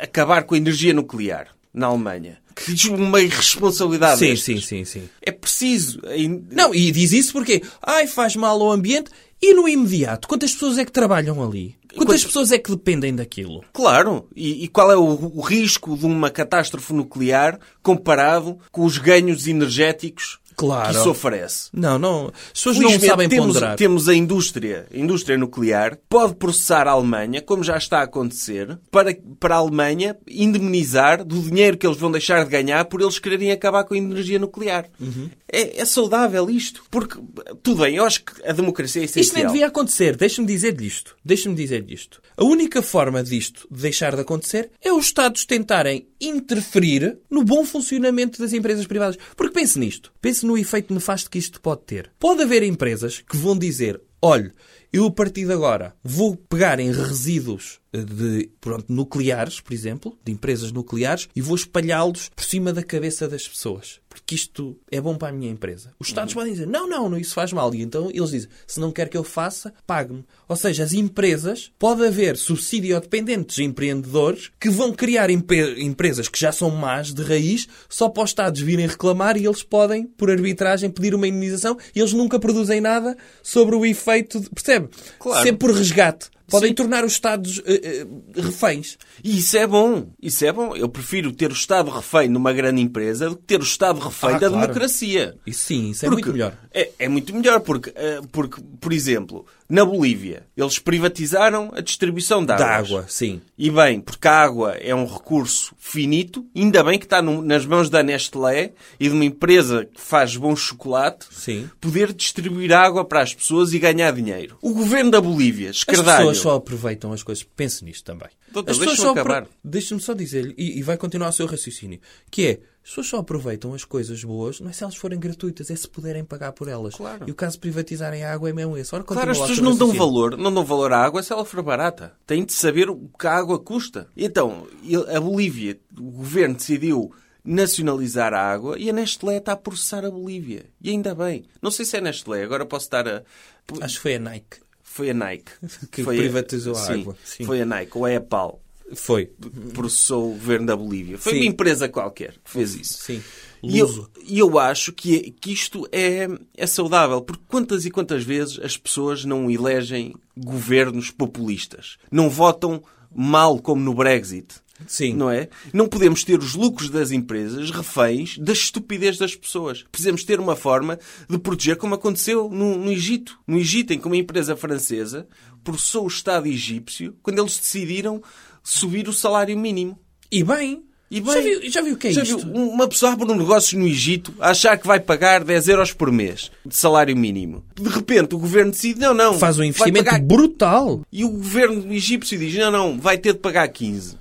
acabar com a energia nuclear. na Alemanha. Que diz uma irresponsabilidade.
Sim,
destas.
sim, sim, sim.
É preciso. em-
Não, e diz isso porque, ai, faz mal ao ambiente. E no imediato, quantas pessoas é que trabalham ali? Quantas
Quant-
pessoas é que dependem daquilo?
Claro. E, e qual é o, o risco de uma catástrofe nuclear comparado com os ganhos energéticos
Claro.
que isso oferece?
Não, não. As pessoas
Felizmente,
não sabem
temos,
ponderar.
temos a indústria, a indústria nuclear, pode processar a Alemanha, como já está a acontecer, para, para a Alemanha indemnizar do dinheiro que eles vão deixar de ganhar por eles quererem acabar com a energia nuclear.
Uhum.
É, é saudável isto. Porque, tudo bem, eu acho que a democracia é essencial.
Isto nem devia acontecer. Deixa-me dizer-lhe isto. Deixa-me dizer-lhe isto. A única forma disto de deixar de acontecer é os Estados tentarem interferir no bom funcionamento das empresas privadas. Porque pense nisto. Pense no efeito nefasto que isto pode ter. Pode haver empresas que vão dizer, olha, eu a partir de agora vou pegar em resíduos eh, de pronto, nucleares, por exemplo, de empresas nucleares, e vou espalhá-los por cima da cabeça das pessoas. Porque isto é bom para a minha empresa. Os Estados podem dizer, não, não, não, isso faz mal. E então eles dizem, se não quer que eu faça, pague-me. Ou seja, as empresas, pode haver subsídio dependentes de empreendedores que vão criar empre- empresas que já são más de raiz, só para os Estados virem reclamar e eles podem, por arbitragem, pedir uma indenização e eles nunca produzem nada sobre o efeito, de- percebe?
Claro.
Sempre por resgate. Podem
Sim.
tornar os Estados eh, eh, reféns.
E isso é bom. Isso é bom. Eu prefiro ter o Estado refém numa grande empresa do que ter o Estado refém
Ah,
da
claro.
democracia.
Isso sim, isso é
Porque-
muito melhor.
É, é muito melhor porque, eh, porque, por exemplo, na Bolívia, eles privatizaram a distribuição de águas.
Da água, sim.
E bem, porque a água é um recurso finito, ainda bem que está no- nas mãos da Nestlé e de uma empresa que faz bom chocolate,
Sim.
poder distribuir água para as pessoas e ganhar dinheiro. O governo da Bolívia,
As
escardalho,
pessoas só aproveitam as coisas. Pense nisto também.
Doutor,
As pessoas
deixa-me
só apro-
acabar.
Deixa-me só dizer-lhe, e, e vai continuar o seu raciocínio, que é, as pessoas só aproveitam as coisas boas, não é se elas forem gratuitas, é se puderem pagar por elas.
Claro.
E o caso de privatizarem a água é mesmo esse. Ora,
Claro,
continua
as
lá o
pessoas
seu
não dão
raciocínio.
valor, não dão valor à água se ela for barata. Têm de saber o que a água custa. Então, ele- a Bolívia, o governo decidiu nacionalizar a água e a Nestlé está a processar a Bolívia. E ainda bem. Não sei se é Nestlé, agora posso estar a...
Acho que foi a Nike.
Foi a Nike.
Que
foi
privatizou a
sim,
água. Sim.
Foi a Nike, ou é a PAL,
Foi.
que processou o governo da Bolívia. Foi
Sim.
uma empresa qualquer que fez isso.
Sim.
E eu,
Luso.
e eu acho que, que isto é, é saudável, porque quantas e quantas vezes as pessoas não elegem governos populistas? Não votam mal como no Brexit.
Sim.
Não é? Não podemos ter os lucros das empresas reféns da estupidez das pessoas. Precisamos ter uma forma de proteger, como aconteceu no, no Egito. No Egito, em que uma empresa francesa processou o Estado egípcio quando eles decidiram subir o salário mínimo.
E bem.
E bem.
já, viu, já viu o que é
Já
isto?
viu, uma pessoa abre um negócio no Egito a achar que vai pagar 10 euros por mês de salário mínimo. De repente o governo decide, não, não.
Faz um
vai
investimento
pagar-
brutal.
E o governo egípcio diz, não, não, vai ter de pagar 15.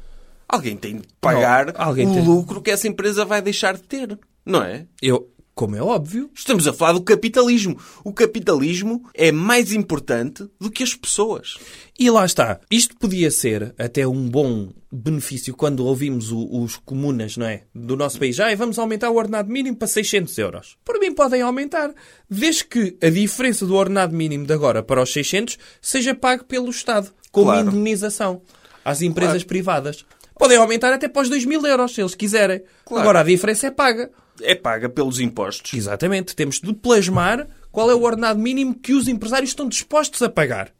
Alguém tem de pagar
Não, alguém
o
tem.
lucro que essa empresa vai deixar de ter. Não é?
Eu, como é óbvio,
Estamos a falar do capitalismo. O capitalismo é mais importante do que as pessoas.
E lá está. Isto podia ser até um bom benefício quando ouvimos o- os comunas, não é? Do nosso país. Ah, vamos aumentar o ordenado mínimo para 600 euros. Por mim podem aumentar. Desde que a diferença do ordenado mínimo de agora para os 600 seja pago pelo Estado. Como
Claro.
indemnização às empresas privadas. Podem aumentar até para os 2 mil euros, se eles quiserem.
Claro.
Agora a diferença é paga.
É paga pelos impostos.
Exatamente. Temos de plasmar qual é o ordenado mínimo que os empresários estão dispostos a pagar.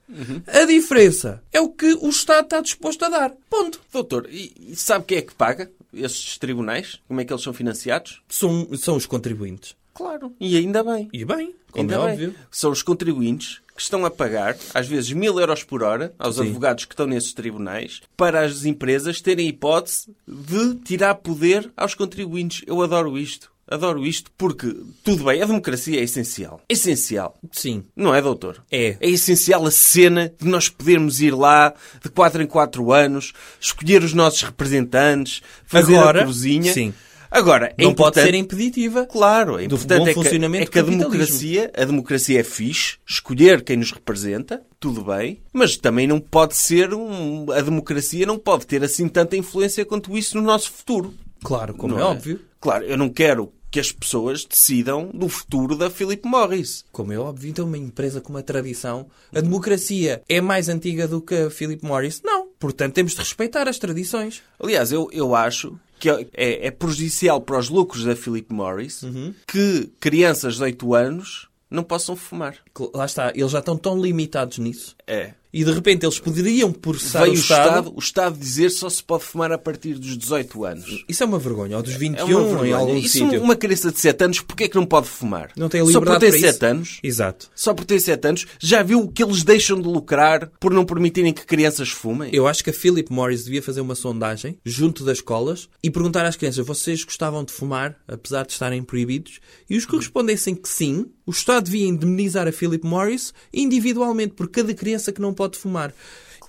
A diferença é o que o Estado está disposto a dar. Ponto.
Doutor, e e sabe quem é que paga esses tribunais? Como é que eles são financiados?
São, são os contribuintes.
Claro. E ainda bem.
E bem, como
Ainda
é
bem.
óbvio.
São os contribuintes que estão a pagar, às vezes, mil euros por hora aos advogados que estão nesses tribunais para as empresas terem hipótese de tirar poder aos contribuintes. Eu adoro isto. Adoro isto porque, tudo bem, a democracia é essencial. Essencial.
Sim.
Não é, doutor?
É.
É essencial a cena de nós podermos ir lá de 4 em 4 anos, escolher os nossos representantes, fazer
Agora,
a cozinha.
sim.
Agora, é
Não pode
importante-
ser impeditiva.
Claro, é
Do
importante
bom
é que,
funcionamento
é que a
do capitalismo.
democracia, a democracia é fixe, escolher quem nos representa, tudo bem, mas também não pode ser um, a democracia não pode ter assim tanta influência quanto isso no nosso futuro.
Claro, como
não
é, óbvio.
Claro, eu não quero que as pessoas decidam do futuro da Philip Morris.
Como é óbvio, então uma empresa com uma tradição, a democracia é mais antiga do que a Philip Morris? Não. Portanto, temos de respeitar as tradições.
Aliás, eu, eu acho que é, é prejudicial para os lucros da Philip Morris
Uhum.
que crianças de 8 anos não possam fumar.
Cl- Lá está, eles já estão tão limitados nisso.
É.
E de repente eles poderiam processar
Veio
o Estado.
o Estado dizer só se pode fumar a partir dos 18 anos.
Isso é uma vergonha. Ou dos
É
21
uma
em
vergonha.
algum
Isso
um sítio.
uma criança de 7 anos, porquê é que não pode fumar?
Não tem a
Só por
liberdade
ter
para
7
isso.
anos?
Exato.
Só por ter 7 anos? Já viu o que eles deixam de lucrar por não permitirem que crianças fumem?
Eu acho que a Philip Morris devia fazer uma sondagem junto das escolas e perguntar às crianças: vocês gostavam de fumar, apesar de estarem proibidos? E os que respondessem que sim, o Estado devia indemnizar a Philip Morris individualmente por cada criança que não pode fumar.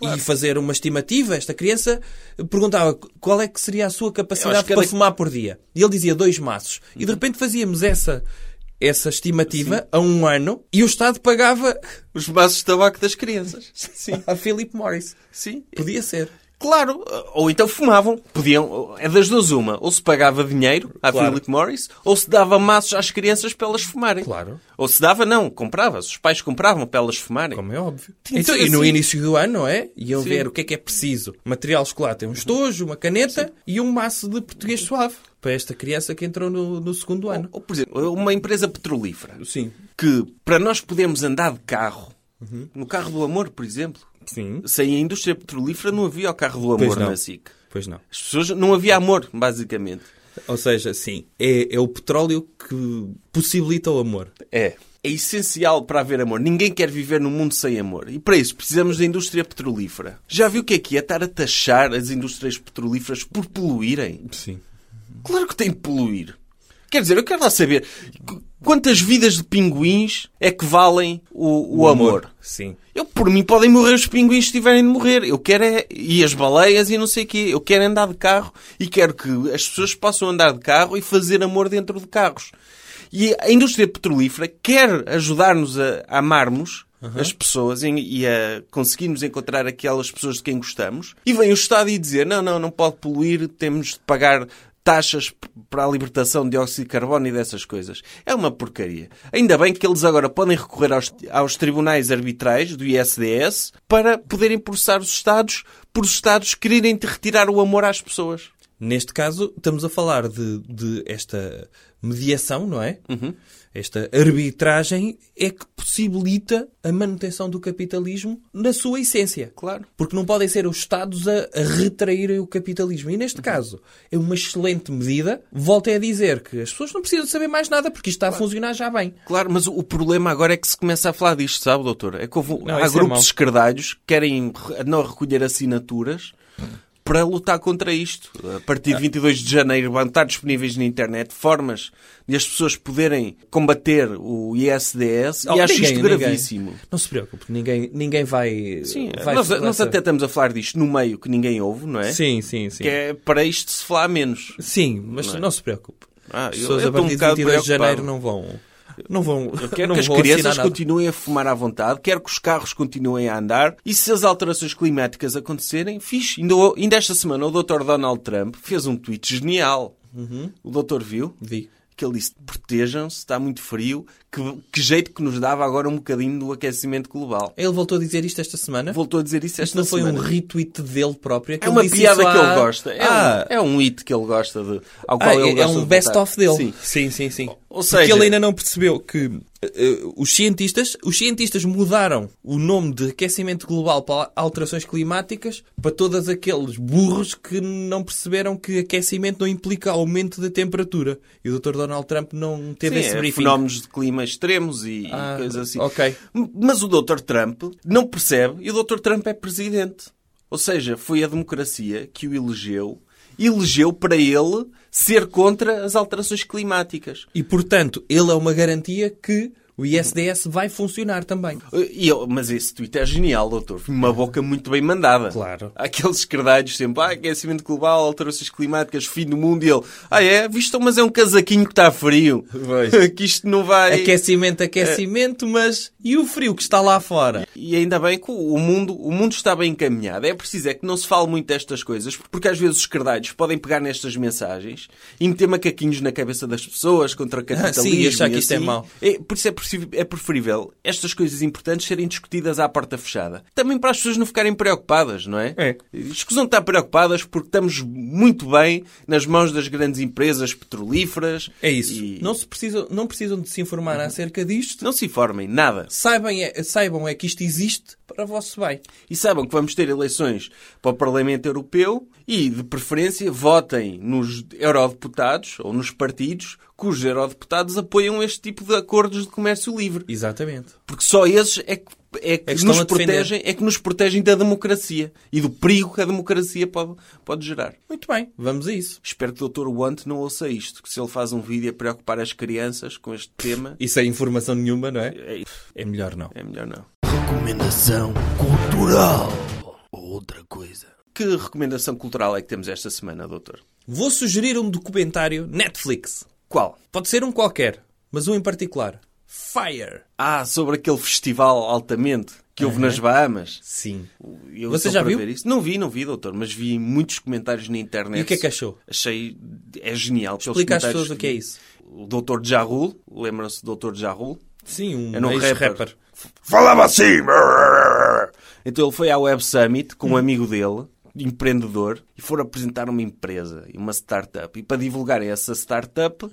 E fazer uma estimativa, esta criança perguntava qual é que seria a sua capacidade
cada- Uhum.
para fumar por dia. E ele dizia dois maços. E de repente fazíamos essa, essa estimativa a um ano e o Estado pagava
Os maços de tabaco das crianças. Sim,
a Philip Morris.
sim.
Podia ser.
Claro, ou então fumavam. Podiam, é das duas uma. Ou se pagava dinheiro à
Claro.
Philip Morris, ou se dava maços às crianças para elas fumarem.
Claro.
Ou se dava, não, comprava-se. Os pais compravam para elas fumarem.
Como é óbvio.
Tinha de
Então,
ser
e no
assim.
início do ano, não é? Iam
Sim.
ver o que é que é preciso. Material escolar tem um estojo, uma caneta e um maço de português suave. Para esta criança que entrou no, no segundo ano.
Ou, por exemplo, é uma empresa petrolífera.
Sim.
que para nós podermos andar de carro, no carro do amor, por exemplo,
Oh, Sim.
sem a indústria petrolífera não havia o carro do
Pois
amor
não.
na SIC.
Pois não.
As pessoas não havia amor, basicamente.
Ou seja, sim, é, é o petróleo que possibilita o amor.
É. É essencial para haver amor. Ninguém quer viver num mundo sem amor. E para isso precisamos da indústria petrolífera. Já viu o que é que é estar a taxar as indústrias petrolíferas por poluírem?
Sim.
Claro que tem de poluir. Quer dizer, eu quero lá saber qu- quantas vidas de pinguins é que valem o, o amor.
Sim.
Eu, por mim, podem morrer os pinguins se tiverem de morrer. Eu quero é... E as baleias e não sei o quê. Eu quero andar de carro e quero que as pessoas possam andar de carro e fazer amor dentro de carros. E a indústria petrolífera quer ajudar-nos a amarmos as pessoas em- e a conseguirmos encontrar aquelas pessoas de quem gostamos. E vem o Estado e dizer, não, não, não pode poluir, temos de pagar taxas p- para a libertação de dióxido de carbono e dessas coisas. É uma porcaria. Ainda bem que eles agora podem recorrer aos, aos tribunais arbitrais do ISDS para poderem processar os Estados por os Estados quererem te retirar o amor às pessoas.
Neste caso, estamos a falar de, de esta mediação, não é?
Uhum.
Esta arbitragem é que possibilita a manutenção do capitalismo na sua essência.
Claro.
Porque não podem ser os Estados a, a retraírem o capitalismo. E
Uhum.
neste caso, é uma excelente medida. Voltei a dizer que as pessoas não precisam de saber mais nada porque isto está a funcionar já bem.
Claro, mas o- o problema agora é que se começa a falar disto, sabe, doutor? É que houve,
Não,
há
isso é
grupos
mau.
esquerdalhos que querem re- não recolher assinaturas para lutar contra isto. A partir
Ah.
de 22 de janeiro vão estar disponíveis na internet formas de as pessoas poderem combater o ISDS
Oh,
e acho
ninguém-
isto
ninguém-
gravíssimo.
Não se preocupe, ninguém, ninguém vai.
Sim,
vai
nós, nós
vai-
até estamos a falar disto no meio que ninguém ouve, não é?
Sim, sim, sim.
Que é para isto se falar menos.
Sim, mas não,
é?
se preocupe.
Ah,
As
eu-
pessoas
eu
a
tô um
partir de
bocado
22 de janeiro
preocupado.
não vão. Não vão.
Quero
não
que as
vão
crianças
assinar nada.
continuem a fumar à vontade, quero que os carros continuem a andar e se as alterações climáticas acontecerem, fixe. Ainda, ainda esta semana o Dr. Donald Trump fez um tweet genial.
Uhum.
O doutor viu?
Vi.
Que ele disse: protejam-se, está muito frio. Que, que jeito que nos dava agora um bocadinho do aquecimento global.
Ele voltou a dizer isto esta semana.
Voltou a dizer isso
Isto
esta
não foi
semana.
um retweet dele próprio. que
É uma
disse
piada
isso
que
à-
ele gosta. É,
Ah,
um, é um hit que ele gosta de. Ao
ah,
qual ele
é, é
gosta
um
de
best-of
voltar.
dele.
Sim.
sim, sim. sim.
Ou seja-
Porque ele ainda não percebeu que eh, eh, os cientistas os cientistas mudaram o nome de aquecimento global para alterações climáticas para todos aqueles burros que não perceberam que aquecimento não implica aumento da temperatura. E o Dr. Donald Trump não teve
Sim,
esse
é
briefing.
fenómenos de clima extremos e, e
Ah,
coisas assim.
ok.
M- Mas o Dr. Trump não percebe e o Dr. Trump é presidente. Ou seja, foi a democracia que o elegeu, elegeu para ele ser contra as alterações climáticas.
E, portanto, ele é uma garantia que o ISDS vai funcionar também.
E eu- mas esse tweet é genial, doutor. Foi uma boca muito bem mandada.
Claro.
Aqueles esquerdalhos sempre, ah, aquecimento global, alterações climáticas, fim do mundo. E ele, ah é? Vistam, mas é um casaquinho que está frio. que isto não vai...
Aquecimento, aquecimento, mas e o frio que está lá fora?
E ainda bem que o mundo, o mundo está bem encaminhado. É preciso é que não se fale muito destas coisas, porque às vezes os esquerdalhos podem pegar nestas mensagens e meter macaquinhos na cabeça das pessoas contra o capitalismo.
sim, e achar que
e
isto é
assim.
mau.
É, por isso é preciso preferível, é preferível estas coisas importantes serem discutidas à porta fechada. Também para as pessoas não ficarem preocupadas, não é?
É.
Escusam de estar preocupadas porque estamos muito bem nas mãos das grandes empresas petrolíferas.
É isso.
E
Não, se precisam, não precisam de se informar acerca disto.
não se informem, nada.
Saibam é, saibam é que isto existe para o vosso bem.
E saibam que vamos ter eleições para o Parlamento Europeu e, de preferência, votem nos eurodeputados ou nos partidos cujos eurodeputados apoiam este tipo de acordos de comércio livre.
Exatamente.
Porque só esses é que, é que,
É que estão
nos
a defender.
protegem, é que nos protegem da democracia e do perigo que a democracia pode, pode gerar.
Muito bem, vamos a isso.
Espero que o Dr. Want não ouça isto, que se ele faz um vídeo a preocupar as crianças com este tema,
E sem informação nenhuma, não é?
é,
É melhor não.
é melhor não.
Recomendação cultural. Ou outra coisa.
Que recomendação cultural é que temos esta semana, doutor?
Vou sugerir um documentário Netflix.
Qual?
Pode ser um qualquer, mas um em particular. Fire.
Ah, sobre aquele festival altamente que houve nas Bahamas.
Sim.
Eu
Você
estou
já
para
viu?
ver isso. Não vi, não vi, doutor, mas vi muitos comentários na internet.
E o que é que achou?
Achei... É genial. pelos
Explica às
comentários
pessoas o que é isso.
O Dr. Jarul, lembram-se do Dr. Jarul?
Sim, um
Era um
ex-rapper.
rapper. Falava assim! Então ele foi à Web Summit com um amigo dele, empreendedor, e foram apresentar uma empresa, uma startup. E para divulgar essa startup,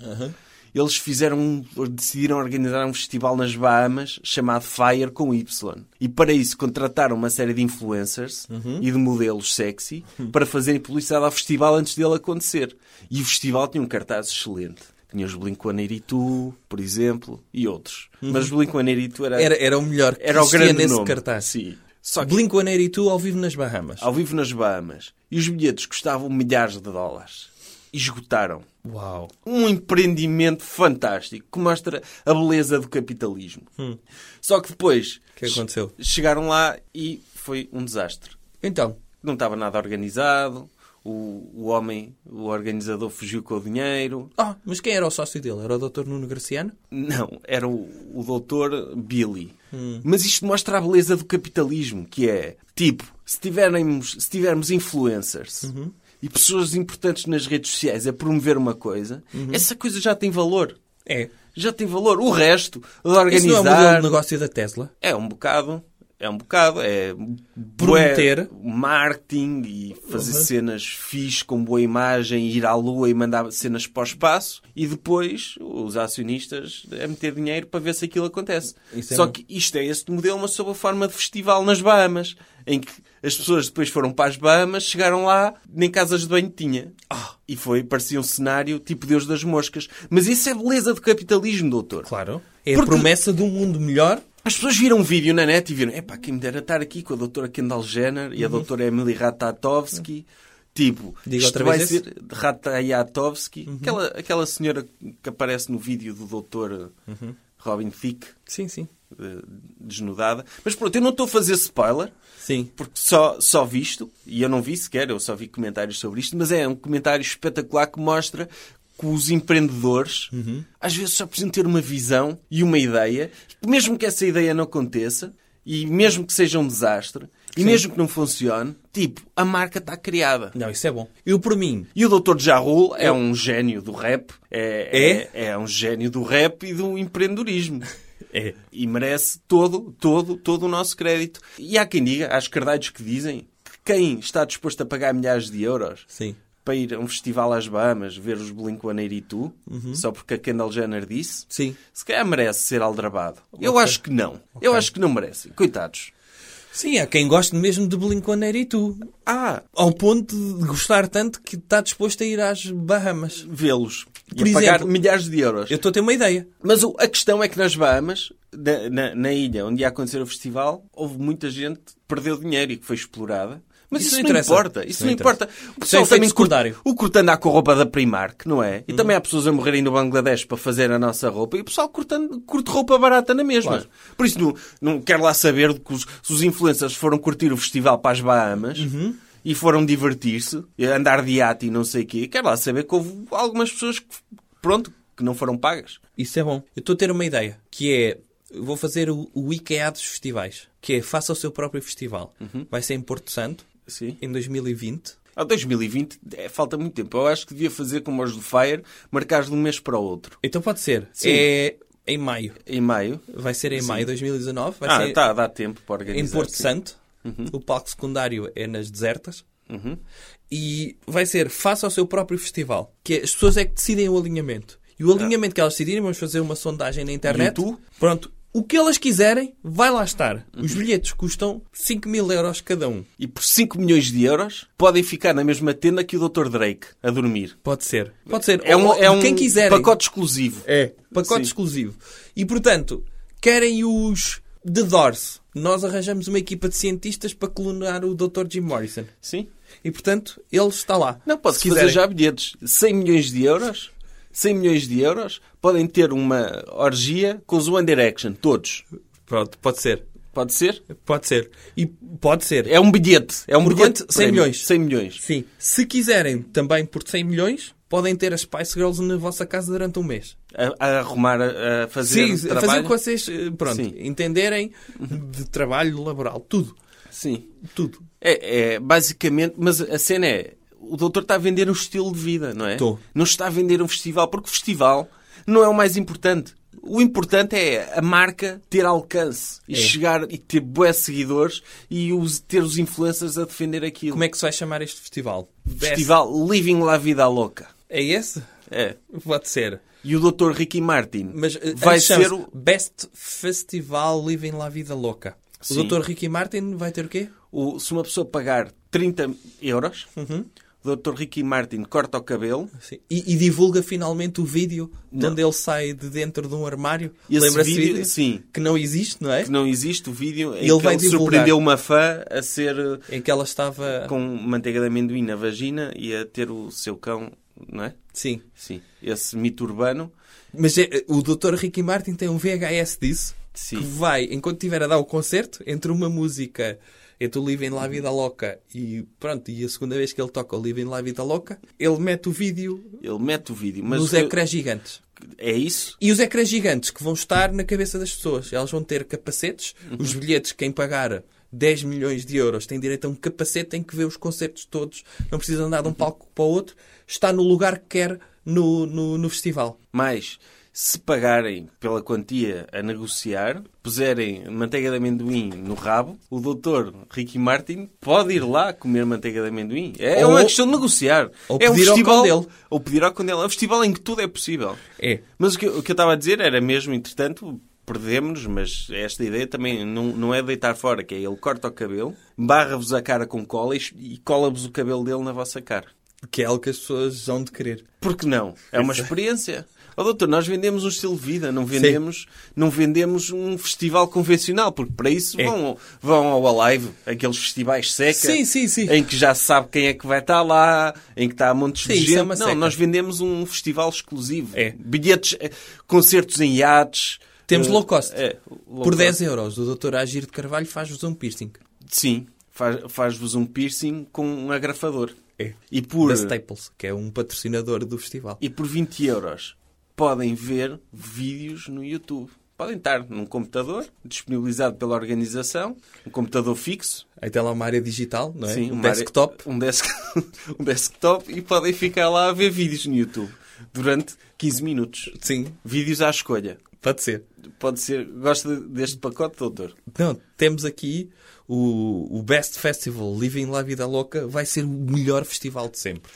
eles fizeram, um- decidiram organizar um festival nas Bahamas chamado Fire com Y. E para isso contrataram uma série de influencers e de modelos sexy para fazerem publicidade ao festival antes dele acontecer. E o festival tinha um cartaz excelente. Tinha os Blink-182, por exemplo, e outros. Mas os Blink-182 era...
Era, era o melhor que
Era o
existia
grande
nesse
nome.
cartaz.
Sim.
Só que... Blink-182 ao vivo nas Bahamas.
ao vivo nas Bahamas. E os bilhetes custavam milhares de dólares. E esgotaram.
Uau.
Um empreendimento fantástico que mostra a beleza do capitalismo. Só que depois
Hum. O que aconteceu?
che- chegaram lá e foi um desastre.
Então,
Não estava nada organizado. O, o homem, o organizador, fugiu com o dinheiro.
ah, mas quem era o sócio dele? Era o Dr. Nuno Graciano?
Não, era o, o doutor Billy. Mas isto mostra a beleza do capitalismo, que é, tipo, se tivermos, se tivermos influencers e pessoas importantes nas redes sociais a promover uma coisa,
Uhum.
essa coisa já tem valor.
É.
Já tem valor. O resto, de
Isso
organizar...
não é o modelo de negócio da Tesla?
É um bocado. É um bocado. É
Prometer. Uhum.
bué marketing e fazer cenas fixe com boa imagem, ir à lua e mandar cenas para o espaço e depois os acionistas a meter dinheiro para ver se aquilo acontece.
Isso é
Só
bom.
que isto é este modelo, mas sob a forma de festival nas Bahamas, em que as pessoas depois foram para as Bahamas, chegaram lá, nem casas de banho tinha.
Ah.
E foi, parecia um cenário tipo Deus das Moscas. Mas isso é beleza do capitalismo, doutor.
Claro. É
Porque-
a promessa de um mundo melhor.
As pessoas viram um vídeo na net e viram, epá, quem me dera estar aqui com a doutora Kendall Jenner e a doutora Emily Ratajkowski. Tipo,
Uhum. Diga
isto
outra
vai
vez Uhum.
ser Ratajkowski. Aquela, aquela senhora que aparece no vídeo do doutor
Uhum.
Robin Thicke,
Sim, sim.
eh, desnudada. Mas pronto, eu não estou a fazer spoiler,
Sim.
porque só, só vi isto, e eu não vi sequer, eu só vi comentários sobre isto, mas é um comentário espetacular que mostra que os empreendedores às vezes só precisam ter uma visão e uma ideia, que mesmo que essa ideia não aconteça, e mesmo que seja um desastre, e mesmo que não funcione, tipo, a marca está criada.
Não, isso é bom. Eu, por mim,
E o Dr. Jarul é um gênio do rap. É, é? é um gênio do rap e do empreendedorismo.
É.
E merece todo, todo, todo o nosso crédito. E há quem diga, há escardalhos que dizem que quem está disposto a pagar milhares de euros
Sim.
para ir a um festival às Bahamas ver os Blink-182,
Uhum.
só porque a Kendall Jenner disse,
Sim.
se calhar merece ser aldrabado. Eu acho que não. Eu acho que não merece. Coitados.
Sim, há quem goste mesmo de Blink-182.
Ah,
Ao ponto de gostar tanto que está disposto a ir às Bahamas.
vê-los. E
Por
a pagar
exemplo,
milhares de euros.
Eu estou a ter uma ideia.
Mas o- a questão é que nas Bahamas, na, na- na ilha onde ia acontecer o festival, houve muita gente que perdeu dinheiro e que foi explorada. Mas
Isso
isso,
não
não,
interessa.
importa. Isso,
Isso
não
não
importa. O
Isso é
pessoal
efeito
também curte-
secundário. Uhum.
O curto andar com a roupa da Primark, não é? E também há pessoas a morrerem no Bangladesh para fazer a nossa roupa. E o pessoal curte, curte roupa barata na mesma. Por isso, não, não quero lá saber de que os, se os influencers foram curtir o festival para as Bahamas.
Uhum.
E foram divertir-se, andar de iate e não sei o quê. Quero lá saber que houve algumas pessoas que, pronto, que não foram pagas.
Isso é bom. Eu estou a ter uma ideia, que é... eu Vou fazer o, o IKEA dos festivais. Que é, faça o seu próprio festival. Vai ser em Porto Santo,
Sim.
em 2020.
Ah, 2020 é, falta muito tempo. Eu acho que devia fazer como os do Fire, marcares de um mês para o outro.
Então pode ser.
Sim.
É em maio.
Em maio.
Vai ser em maio de 2019. Vai
Ah,
ser
tá, dá tempo para
em
organizar.
Porto
sim. Uhum.
Santo. O palco secundário é nas desertas. E vai ser face ao seu próprio festival. Que é- as pessoas é que decidem o alinhamento. E o alinhamento que elas decidirem, vamos fazer uma sondagem na internet.
Ah. tu? Uhum.
Pronto. O que elas quiserem, vai lá estar. Os bilhetes custam 5 mil euros cada um.
E por 5 milhões de euros podem ficar na mesma tenda que o Dr. Drake, a dormir.
Pode ser. Pode ser.
É um,
Ou-
é um
quem quiser.
pacote exclusivo.
É. Pacote
Sim.
exclusivo. E, portanto, querem os The Doors. Nós arranjamos uma equipa de cientistas para clonar o Dr. Jim Morrison.
Sim.
E, portanto, ele está lá.
Não, pode
Se
se fazer
quiserem.
já bilhetes. 100 milhões de euros. 100 milhões de euros podem ter uma orgia com os One Direction, todos.
Pronto, pode ser.
Pode ser?
Pode ser. E pode ser.
É um bilhete. É um
Por
bilhete
quanto? 100
prémio.
milhões.
100 milhões.
Sim. Se quiserem também por 100 milhões, podem ter as Spice Girls na vossa casa durante um mês.
A, a arrumar, a a fazer
Sim,
trabalho.
fazer o que vocês eh, pronto,
Sim.
entenderem de trabalho laboral. Tudo.
Sim.
Tudo.
É, é, basicamente, mas a cena é, o doutor está a vender um estilo de vida, não é?
Tô.
Não está a vender um festival, porque o festival não é o mais importante. O importante é a marca ter alcance
É.
e chegar e ter bué seguidores e os- ter os influencers a defender aquilo.
Como é que se vai chamar este festival?
Festival Living La Vida Louca.
Best- É esse?
É.
Pode ser.
E o doutor Ricky Martin
Mas eh,
vai
antes chama-se
ser o,
Best Festival Living La Vida Louca.
Sim.
O Dr. Ricky Martin vai ter o quê?
o- Se uma pessoa pagar 30 euros,
Uhum.
o doutor Ricky Martin corta o cabelo
Sim. E, e divulga finalmente o vídeo onde ele sai de dentro de um armário.
Esse
Lembra-se
vídeo,
vídeo?
sim.
Que não existe, não é?
que não existe o vídeo em
Ele
que
vai
ele
divulgar.
surpreendeu uma fã a ser eh,
Em que ela estava...
com manteiga de amendoim na vagina e a ter o seu cão, não é?
Sim.
Sim. Esse mito urbano.
Mas é, o Dr. Ricky Martin tem um VHS disso.
Sim.
Que vai, enquanto estiver a dar o concerto, entre uma música, entre o Living La Vida Louca e pronto, e a segunda vez que ele toca o Living La Vida Louca, ele mete o vídeo
Ele mete o vídeo. Mas
nos
eu-
ecrãs gigantes.
É isso?
E os ecrãs gigantes que vão estar na cabeça das pessoas. Elas vão ter capacetes. Os bilhetes, quem pagar 10 milhões de euros, tem direito a um capacete, tem que ver os concertos todos. Não precisa andar de um palco para o outro. Está no lugar que quer no, no, no festival.
Mas se pagarem pela quantia a negociar, puserem manteiga de amendoim no rabo, o doutor Ricky Martin pode ir lá comer manteiga de amendoim. É
Ou-
uma questão de negociar.
ou
é um
pedir ao
festival,
Condel.
Ou pedir ao Condel. É um festival em que tudo é possível.
É.
Mas o que, o que eu estava a dizer era mesmo, entretanto, perdemos-nos, mas esta ideia também não, não é deitar fora, que é ele corta o cabelo, barra-vos a cara com cola e, e cola-vos o cabelo dele na vossa cara.
Que é algo que as pessoas vão de querer.
Porque não? É uma experiência. Ó doutor, nós vendemos um estilo de vida, não vendemos, não vendemos um festival convencional, porque para isso vão, vão ao Alive, aqueles festivais seca,
É. Sim, sim, sim.
em que já se sabe quem é que vai estar lá, em que está montes
Sim,
de
isso é
gente.
uma
não,
seca.
nós vendemos um festival exclusivo.
É.
Bilhetes, eh, concertos em iates.
Temos
eh,
low cost.
é, low
Por
cost.
10 euros, o Dr. Agir de Carvalho faz-vos um piercing.
Sim, faz- faz-vos um piercing com um agrafador.
É.
E por...
Da Staples, que é um patrocinador do festival.
E por 20 euros podem ver vídeos no YouTube. Podem estar num computador disponibilizado pela organização, um computador fixo,
Aí tem lá uma área digital, não é?
sim,
um
uma área-
desktop.
um, desk- um desktop, e podem ficar lá a ver vídeos no YouTube durante 15 minutos.
Sim,
Vídeos à escolha.
pode ser.
Pode ser. Gosta deste pacote, doutor?
Não, temos aqui o, o Best Festival Living La Vida Louca. Vai ser o melhor festival de sempre.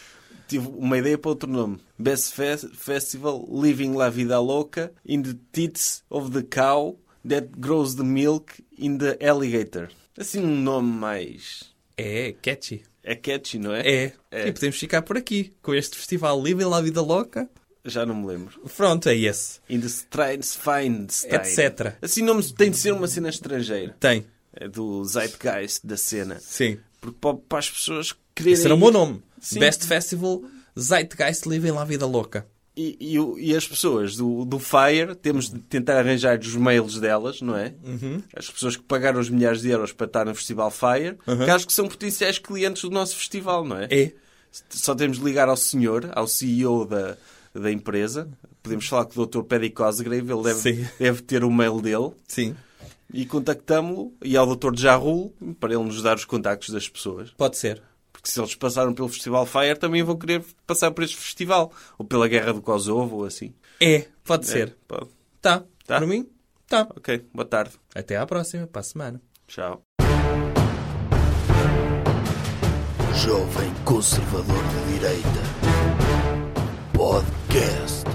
Tive uma ideia para outro nome. Best Fe- Festival Living La Vida Louca in the Tits of the Cow that Grows the Milk in the Alligator. Assim um nome mais...
É, catchy.
É catchy, não é?
É. E podemos ficar por aqui com este festival Living La Vida Louca.
Já não me lembro.
Pronto, é esse.
In the Strains Feinstein.
Etc.
Assim nomes tem de ser uma cena estrangeira.
Tem.
É do Zeitgeist da cena.
Sim.
Porque pa- para as pessoas quererem...
Esse era o meu nome.
Sim.
Best Festival Zeitgeist Living La Vida Louca.
E, e o- e as pessoas do, do Fire, temos de tentar arranjar os mails delas, não é? As pessoas que pagaram os milhares de euros para estar no Festival Fire, que acho que são potenciais clientes do nosso festival, não é?
É.
Só temos de ligar ao senhor, ao CEO da, da empresa. Podemos falar com o Dr. Paddy Cosgrave, ele
Sim.
deve, deve ter o mail dele.
Sim.
E contactámo-lo e ao Dr. Jarrul para ele nos dar os contactos das pessoas.
Pode ser.
Porque se eles passaram pelo Festival Fire, também vão querer passar por este festival. Ou pela Guerra do Kosovo, ou assim.
É, pode ser.
É, pode.
Tá.
Tá.
Para mim, tá.
Ok, boa tarde.
Até à próxima, para a semana.
Tchau.
Jovem Conservador de Direita. Podcast.